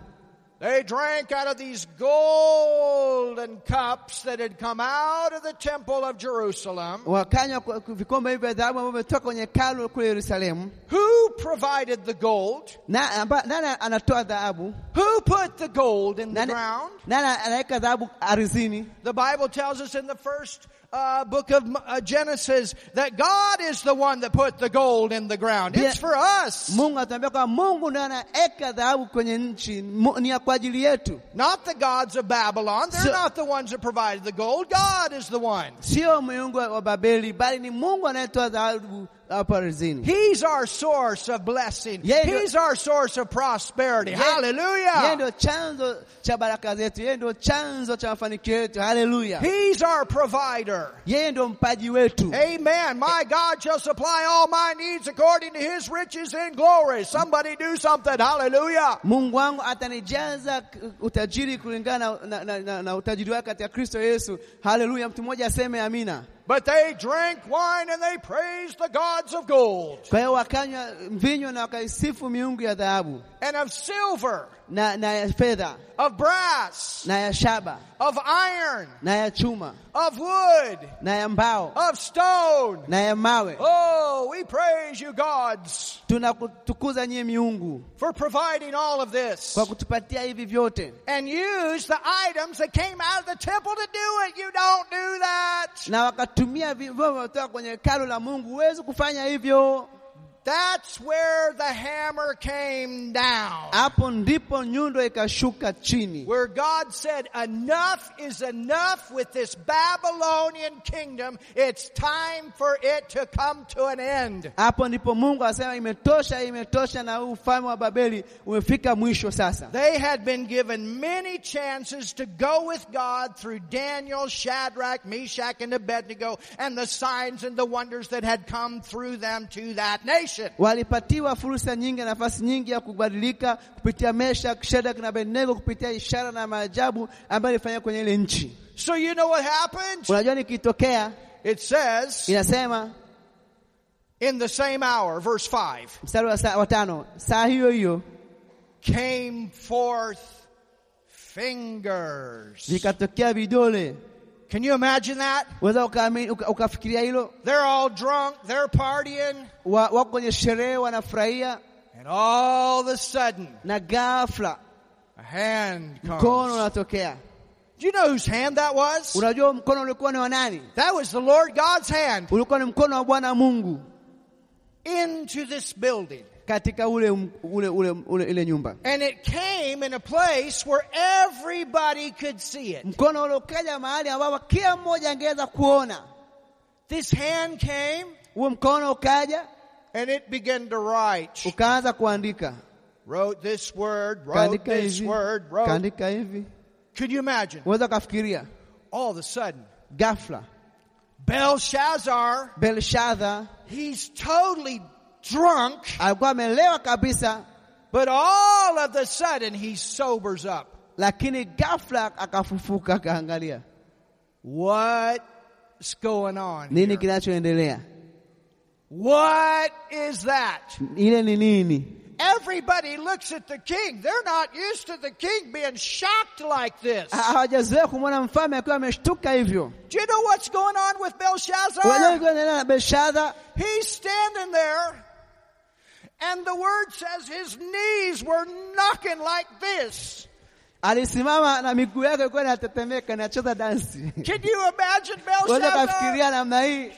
[SPEAKER 1] They drank out of these golden cups that had come out of the temple of Jerusalem.
[SPEAKER 2] wakanywa kwa- kwa vikombe hivi vya dhahabu ambavyo vimetoka kwenye hekalu kule Yerusalemu.
[SPEAKER 1] Who provided the gold?
[SPEAKER 2] Na amba- nani anatoa dhahabu?
[SPEAKER 1] Who put the gold in the
[SPEAKER 2] Nani,
[SPEAKER 1] ground?
[SPEAKER 2] nani anaweka dhahabu ardhini?
[SPEAKER 1] The Bible tells us in the first uh, book of uh, Genesis that God is the one that put the gold in the ground.
[SPEAKER 2] Yeah.
[SPEAKER 1] It's for us,
[SPEAKER 2] Mungu anatuambia kwamba Mungu ndiye anaweka dhahabu kwenye nchi, Mu- ni ya kwa ajili yetu,
[SPEAKER 1] not the gods of Babylon. They're
[SPEAKER 2] So-
[SPEAKER 1] not the ones that provided the gold. God is the one.
[SPEAKER 2] sio miungu wa Babeli, bali ni Mungu anayetoa dhahabu hapo ardhini.
[SPEAKER 1] He's our source of blessing.
[SPEAKER 2] Yeah, you-
[SPEAKER 1] He's our source of prosperity.
[SPEAKER 2] Yeah. Yeye
[SPEAKER 1] Hallelujah.
[SPEAKER 2] ndio chanzo cha baraka zetu, yeye ndio chanzo cha mafanikio yetu. Haleluya!
[SPEAKER 1] He's our provider.
[SPEAKER 2] Yeye ndio mpaji wetu.
[SPEAKER 1] Amen. My God shall supply all my needs according to his riches in glory. Somebody do something. Hallelujah.
[SPEAKER 2] Mungu wangu atanijaza k- utajiri kulingana na, na, na, na utajiri wake katika Kristo Yesu. Haleluya! Mtu mmoja aseme amina.
[SPEAKER 1] But they drank wine and they praised the gods of gold
[SPEAKER 2] Kwa hiyo wakanywa mvinyo na wakaisifu miungu ya dhahabu
[SPEAKER 1] and of silver,
[SPEAKER 2] na, na ya fedha
[SPEAKER 1] of brass,
[SPEAKER 2] na ya shaba
[SPEAKER 1] of iron,
[SPEAKER 2] na ya chuma
[SPEAKER 1] of wood,
[SPEAKER 2] na ya mbao
[SPEAKER 1] of stone.
[SPEAKER 2] na ya mawe.
[SPEAKER 1] Oh, we praise you, gods,
[SPEAKER 2] Tunakutukuza nyie miungu
[SPEAKER 1] for providing all of this.
[SPEAKER 2] kwa kutupatia hivi vyote,
[SPEAKER 1] And use the items that came out of the temple to do it. You don't do that.
[SPEAKER 2] na wakatumia vivyo vinavyotoka kwenye hekalu la Mungu. Huwezi kufanya hivyo.
[SPEAKER 1] That's where the hammer came down.
[SPEAKER 2] Hapo ndipo nyundo ikashuka chini.
[SPEAKER 1] where God said, Enough is enough with this Babylonian kingdom. It's time for it to come to an end.
[SPEAKER 2] Hapo ndipo Mungu asema imetosha, imetosha, na huu ufalme wa Babeli umefika mwisho sasa.
[SPEAKER 1] They had been given many chances to go with God through Daniel, Shadrach, Meshach, and Abednego, and the signs and the wonders that had come through them to that nation.
[SPEAKER 2] Walipatiwa fursa nyingi, nafasi nyingi ya kubadilika kupitia Meshak, Shadrach na Abednego, kupitia ishara na maajabu ambayo ilifanyika kwenye ile nchi.
[SPEAKER 1] So you know what happened?
[SPEAKER 2] Unajua nikitokea,
[SPEAKER 1] It says
[SPEAKER 2] inasema
[SPEAKER 1] in the same hour, verse 5,
[SPEAKER 2] mstari wa saa- wa tano, saa hiyo hiyo
[SPEAKER 1] came forth fingers.
[SPEAKER 2] vikatokea vidole.
[SPEAKER 1] Can you imagine that?
[SPEAKER 2] Unaweza ukaamini- uka- ukafikiria hilo?
[SPEAKER 1] They're all drunk, they're partying,
[SPEAKER 2] Wa- Wako kwenye sherehe, wanafurahia,
[SPEAKER 1] and all of a sudden,
[SPEAKER 2] na ghafla
[SPEAKER 1] a hand
[SPEAKER 2] mkono
[SPEAKER 1] comes.
[SPEAKER 2] unatokea.
[SPEAKER 1] Do you know whose hand that was?
[SPEAKER 2] Unajua mkono ulikuwa ni wa nani?
[SPEAKER 1] That was the Lord God's hand
[SPEAKER 2] ulikuwa ni mkono wa Bwana Mungu
[SPEAKER 1] into this building.
[SPEAKER 2] katika ule, ule, ule, ule ile nyumba.
[SPEAKER 1] And it came in a place where everybody could see it.
[SPEAKER 2] Mkono ule ukaja mahali ambapo kila mmoja angeweza kuona.
[SPEAKER 1] This hand came
[SPEAKER 2] Huo mkono ukaja
[SPEAKER 1] and it began to write.
[SPEAKER 2] ukaanza kuandika,
[SPEAKER 1] Wrote this word, wrote
[SPEAKER 2] kaandika
[SPEAKER 1] this
[SPEAKER 2] hivi,
[SPEAKER 1] word, wrote.
[SPEAKER 2] kaandika hivi.
[SPEAKER 1] Could you imagine?
[SPEAKER 2] Unaweza ukafikiria
[SPEAKER 1] All of a sudden,
[SPEAKER 2] ghafla
[SPEAKER 1] Belshazzar,
[SPEAKER 2] Belshadha
[SPEAKER 1] he's totally drunk.
[SPEAKER 2] alikuwa amelewa kabisa,
[SPEAKER 1] But all of the sudden he sobers up.
[SPEAKER 2] lakini ghafla akafufuka, akaangalia
[SPEAKER 1] What's going on?
[SPEAKER 2] nini
[SPEAKER 1] here?
[SPEAKER 2] kinachoendelea,
[SPEAKER 1] What is that?
[SPEAKER 2] ile ni nini.
[SPEAKER 1] Everybody looks at the king. They're not used to the king being shocked like this.
[SPEAKER 2] Ha- Hawajazoea kumwona mfalme akiwa ameshtuka hivyo. Ah.
[SPEAKER 1] Do you know what's going on with
[SPEAKER 2] Unajua
[SPEAKER 1] Belshazzar?
[SPEAKER 2] kinaendelea na Belshadha
[SPEAKER 1] He's standing there, and the word says his knees were knocking like this.
[SPEAKER 2] alisimama na miguu yake ilikuwa inatetemeka inacheza dansi.
[SPEAKER 1] Can you imagine
[SPEAKER 2] Unaweza
[SPEAKER 1] Belshazzar?
[SPEAKER 2] kafikiria namna hii,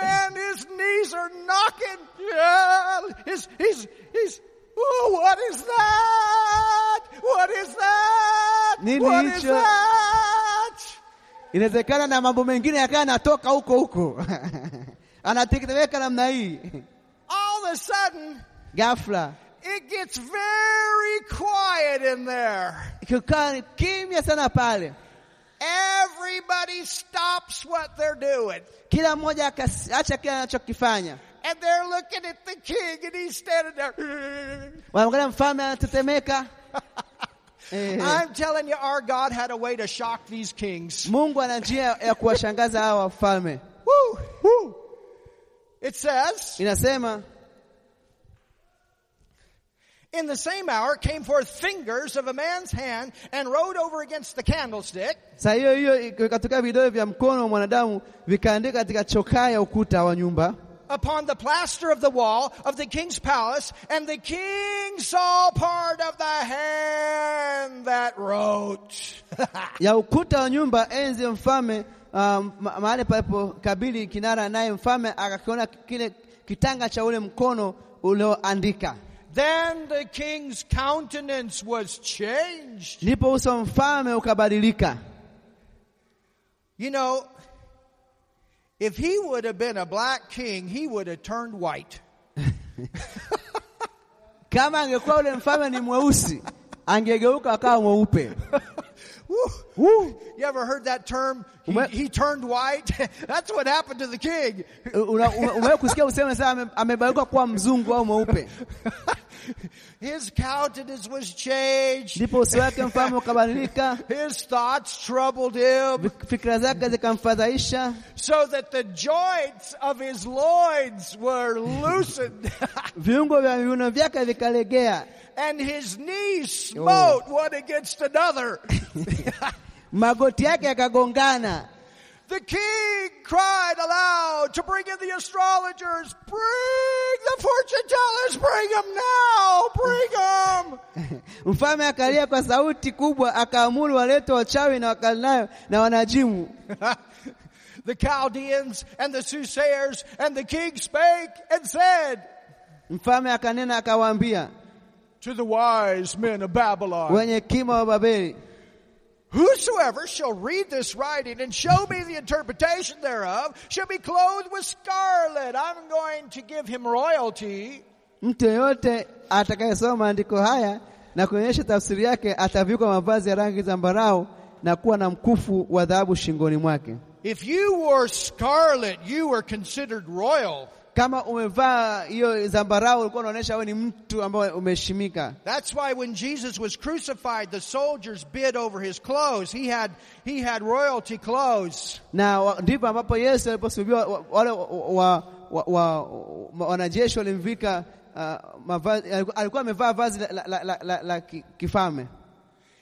[SPEAKER 1] Man, his knees are knocking. Yeah, his, he's, he's, oh, what is that? What is that?
[SPEAKER 2] Nini
[SPEAKER 1] what is
[SPEAKER 2] hicho?
[SPEAKER 1] that?
[SPEAKER 2] inawezekana na mambo mengine yakawa yanatoka huko huko anatetemeka namna hii
[SPEAKER 1] All of a sudden,
[SPEAKER 2] ghafla,
[SPEAKER 1] it gets very quiet in there.
[SPEAKER 2] kukaa ni kimya sana pale,
[SPEAKER 1] Everybody stops what they're doing.
[SPEAKER 2] kila mmoja akaacha kile anachokifanya.
[SPEAKER 1] And they're looking at the king and he's standing there.
[SPEAKER 2] Wanamwangalia mfalme anatetemeka, Eh.
[SPEAKER 1] I'm telling you, our God had a way to shock these kings.
[SPEAKER 2] Mungu ana njia ya kuwashangaza hawa wafalme.
[SPEAKER 1] Woo! Woo! It says,
[SPEAKER 2] Inasema
[SPEAKER 1] In the same hour came forth fingers of a man's hand and rode over against the candlestick,
[SPEAKER 2] saa hiyo hiyo ikatokea vidole vya mkono wa mwanadamu vikaandika katika chokaa ya ukuta wa nyumba
[SPEAKER 1] upon the plaster of the wall of the king's palace, and the king saw part of the hand that wrote.
[SPEAKER 2] ya ukuta wa nyumba enzi ya mfalme uh, ma mahali palipo kabili kinara, naye mfalme akakiona kile kitanga cha ule mkono ulioandika.
[SPEAKER 1] then the king's countenance was changed.
[SPEAKER 2] Ndipo uso wa mfalme ukabadilika.
[SPEAKER 1] You know, if he would have been a black king, he would have turned white.
[SPEAKER 2] Kama angekuwa ule mfalme ni mweusi, angegeuka akawa mweupe.
[SPEAKER 1] Woo.
[SPEAKER 2] Woo.
[SPEAKER 1] You ever heard that term? He,
[SPEAKER 2] Ume-
[SPEAKER 1] he turned white. That's what happened to the king.
[SPEAKER 2] Una- ume- Umewahi kusikia useme sasa ame- amebadilika kuwa mzungu au mweupe?
[SPEAKER 1] His countenance was changed.
[SPEAKER 2] Ndipo uso wake mfalme ukabadilika,
[SPEAKER 1] His thoughts troubled him,
[SPEAKER 2] fikra zake zikamfadhaisha,
[SPEAKER 1] so that the joints of his loins were loosened,
[SPEAKER 2] viungo vya viuno vyake vikalegea,
[SPEAKER 1] and his knees smote one against another.
[SPEAKER 2] magoti yake yakagongana.
[SPEAKER 1] The king cried aloud to bring in the astrologers. Bring the fortune tellers. Bring them now. Bring them.
[SPEAKER 2] Mfalme akalia kwa sauti kubwa, akaamuru walete wachawi na wakaldayo na wanajimu.
[SPEAKER 1] the Chaldeans and the soothsayers and the king spake and said
[SPEAKER 2] Mfalme akanena akawaambia,
[SPEAKER 1] to the wise men of Babylon,
[SPEAKER 2] wenye hekima wa Babeli,
[SPEAKER 1] Whosoever shall read this writing and show me the interpretation thereof shall be clothed with scarlet. I'm going to give him royalty.
[SPEAKER 2] mtu yeyote atakayesoma maandiko haya na kuonyesha tafsiri yake atavikwa mavazi ya rangi zambarau na kuwa na mkufu wa dhahabu shingoni mwake.
[SPEAKER 1] If you wore scarlet, you were considered royal.
[SPEAKER 2] Kama umevaa hiyo zambarau, ulikuwa unaonyesha wewe ni mtu ambaye umeheshimika.
[SPEAKER 1] That's why when Jesus was crucified, the soldiers bid over his clothes. He had, he had royalty clothes.
[SPEAKER 2] na wa- ndipo ambapo Yesu aliposulubiwa wa- wale wa- wa- wa- wa- wa- wanajeshi walimvika uh, mavazi, alikuwa- alikuwa amevaa vazi la, la, la, la, la, la ki- kifalme.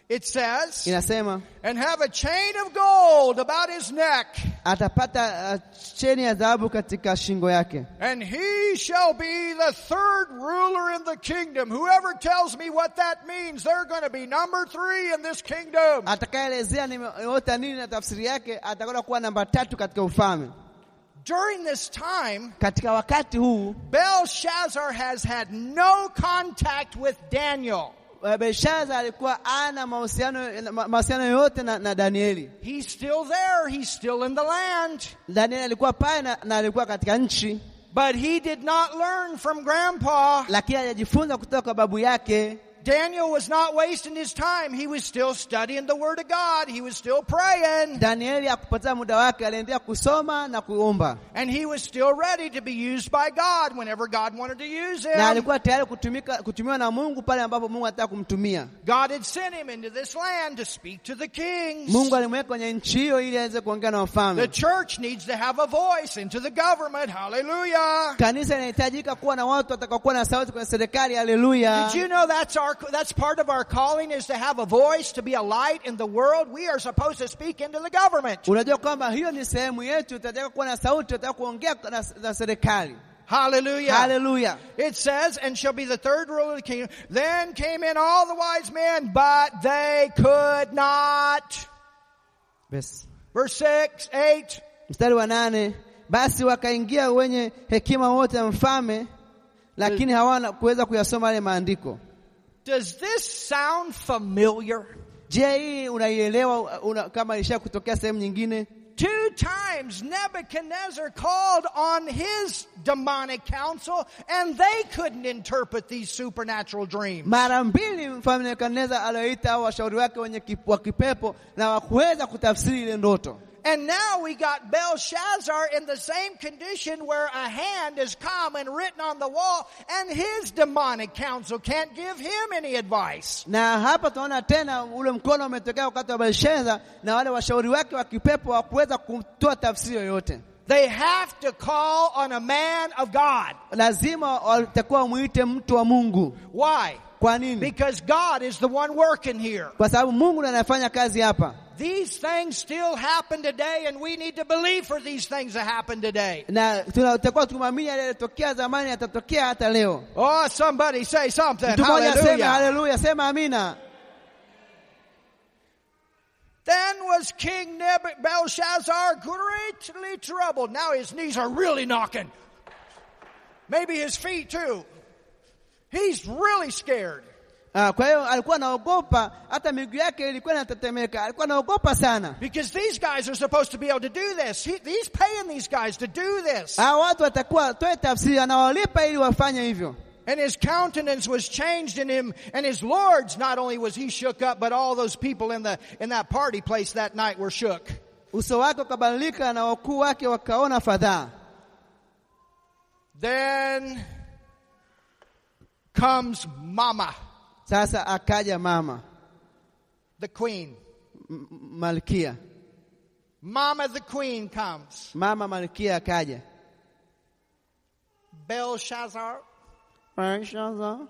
[SPEAKER 1] It says,
[SPEAKER 2] Inasema
[SPEAKER 1] and have a chain of gold about his neck,
[SPEAKER 2] atapata uh, cheni ya dhahabu katika shingo yake,
[SPEAKER 1] and he shall be the third ruler in the kingdom. Whoever tells me what that means, they're going to be number three in this kingdom.
[SPEAKER 2] atakayeelezea nimeota nini na tafsiri yake atakwenda kuwa namba tatu katika ufalme.
[SPEAKER 1] During this time,
[SPEAKER 2] Katika wakati huu
[SPEAKER 1] Belshazzar has had no contact with Daniel.
[SPEAKER 2] eh, Belshaza alikuwa ana mahusiano ma- mahusiano yote na, na Danieli.
[SPEAKER 1] He's still there. He's still in the land.
[SPEAKER 2] Danieli alikuwa pale na, na alikuwa katika nchi
[SPEAKER 1] But he did not learn from grandpa.
[SPEAKER 2] lakini alijifunza kutoka kwa babu yake.
[SPEAKER 1] Daniel was not wasting his time. He was still studying the word of God. He was still praying.
[SPEAKER 2] Danieli akupoteza muda wake, aliendelea kusoma na kuomba,
[SPEAKER 1] And he was still ready to be used by God whenever God wanted to use
[SPEAKER 2] na
[SPEAKER 1] him.
[SPEAKER 2] alikuwa tayari kutumika, kutumiwa na Mungu pale ambapo Mungu anataka kumtumia.
[SPEAKER 1] God had sent him into this land to speak to the kings.
[SPEAKER 2] Mungu alimweka kwenye nchi hiyo ili aweze kuongea na
[SPEAKER 1] The
[SPEAKER 2] wafalme.
[SPEAKER 1] church needs to have a voice into the government. Hallelujah.
[SPEAKER 2] Kanisa linahitajika kuwa na watu watakaokuwa na sauti kwenye serikali. Haleluya!
[SPEAKER 1] Did you know that's our that's part of our calling is to have a voice to be a light in the world? We are supposed to speak into the government.
[SPEAKER 2] Unajua kwamba hiyo ni sehemu yetu, tunataka kuwa na sauti, tunataka kuongea na, na serikali.
[SPEAKER 1] Hallelujah.
[SPEAKER 2] Haleluya!
[SPEAKER 1] It says, and shall be the third ruler of the kingdom. Then came in all the wise men, but they could not.
[SPEAKER 2] Yes.
[SPEAKER 1] Verse 6, 8.
[SPEAKER 2] Mstari wa nane, basi wakaingia wenye hekima wote ya mfalme, lakini hawana kuweza kuyasoma yale maandiko.
[SPEAKER 1] Does this sound familiar?
[SPEAKER 2] Je, hii unaielewa una, kama ilisha kutokea sehemu nyingine?
[SPEAKER 1] Two times Nebuchadnezzar called on his demonic council and they couldn't interpret these supernatural dreams.
[SPEAKER 2] Mara mbili mfalme Nebukadneza aliwaita hao washauri wake wenye kip- wa kipepo na wakuweza kutafsiri ile ndoto,
[SPEAKER 1] And now we got Belshazzar in the same condition where a hand is common written on the wall and his demonic counsel can't give him any advice.
[SPEAKER 2] na hapa tunaona tena ule mkono umetokea wakati wa Belshaza na wale washauri wake wa kipepo hawakuweza kutoa tafsiri yoyote.
[SPEAKER 1] They have to call on a man of God.
[SPEAKER 2] Lazima watakuwa wamwite mtu wa Mungu.
[SPEAKER 1] Why?
[SPEAKER 2] Kwa nini?
[SPEAKER 1] Because God is the one working here.
[SPEAKER 2] Kwa sababu Mungu ndiye anafanya kazi hapa.
[SPEAKER 1] These things still happen today and we need to believe for these things to happen today.
[SPEAKER 2] na tunatakuwa tukimwamini yale yalitokea zamani yatatokea hata leo.
[SPEAKER 1] Oh, somebody say something.
[SPEAKER 2] Mtu mmoja aseme
[SPEAKER 1] Hallelujah.
[SPEAKER 2] haleluya, sema amina.
[SPEAKER 1] Then was King Neb- Belshazzar greatly troubled. Now his knees are really knocking. Maybe his feet too. He's really scared.
[SPEAKER 2] Ah, kwa hiyo alikuwa anaogopa, hata miguu yake ilikuwa inatetemeka, alikuwa anaogopa sana.
[SPEAKER 1] Because these guys are supposed to be able to do this. He, he's paying these guys to do this.
[SPEAKER 2] Hao watu watakuwa toe tafsiri, anawalipa ili wafanye hivyo.
[SPEAKER 1] And his countenance was changed in him, and his lords not only was he shook up, but all those people in the in that party place that night were shook.
[SPEAKER 2] Uso wake ukabadilika na wakuu wake wakaona fadhaa.
[SPEAKER 1] Then comes Mama,
[SPEAKER 2] Sasa akaja mama
[SPEAKER 1] the queen.
[SPEAKER 2] m- m- malkia,
[SPEAKER 1] Mama the queen comes.
[SPEAKER 2] mama malkia akaja.
[SPEAKER 1] Belshazzar,
[SPEAKER 2] Belshaza,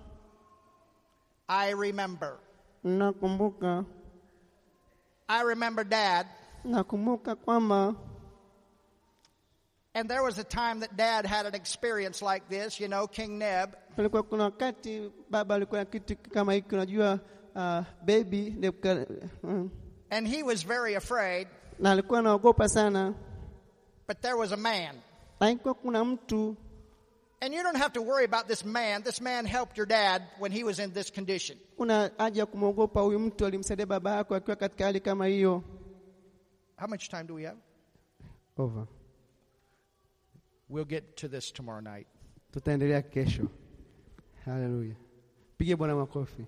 [SPEAKER 1] I remember.
[SPEAKER 2] nakumbuka
[SPEAKER 1] I remember dad.
[SPEAKER 2] nakumbuka kwamba
[SPEAKER 1] And there was a time that dad had an experience like this, you know, King Neb.
[SPEAKER 2] Palikuwa kuna wakati baba alikuwa na kitu kama hiki, unajua uh, baby Nebukad- mm,
[SPEAKER 1] And he was very afraid,
[SPEAKER 2] na alikuwa anaogopa sana,
[SPEAKER 1] but there was a man.
[SPEAKER 2] na ilikuwa kuna mtu
[SPEAKER 1] And you don't have to worry about this man. This man helped your dad when he was in this condition.
[SPEAKER 2] kuna haja ya kumwogopa huyu mtu, alimsaidia baba yako akiwa katika hali kama hiyo.
[SPEAKER 1] How much time do we have?
[SPEAKER 2] Over.
[SPEAKER 1] We'll get to this tomorrow night.
[SPEAKER 2] Tutaendelea kesho. Haleluya, pige Bwana makofi.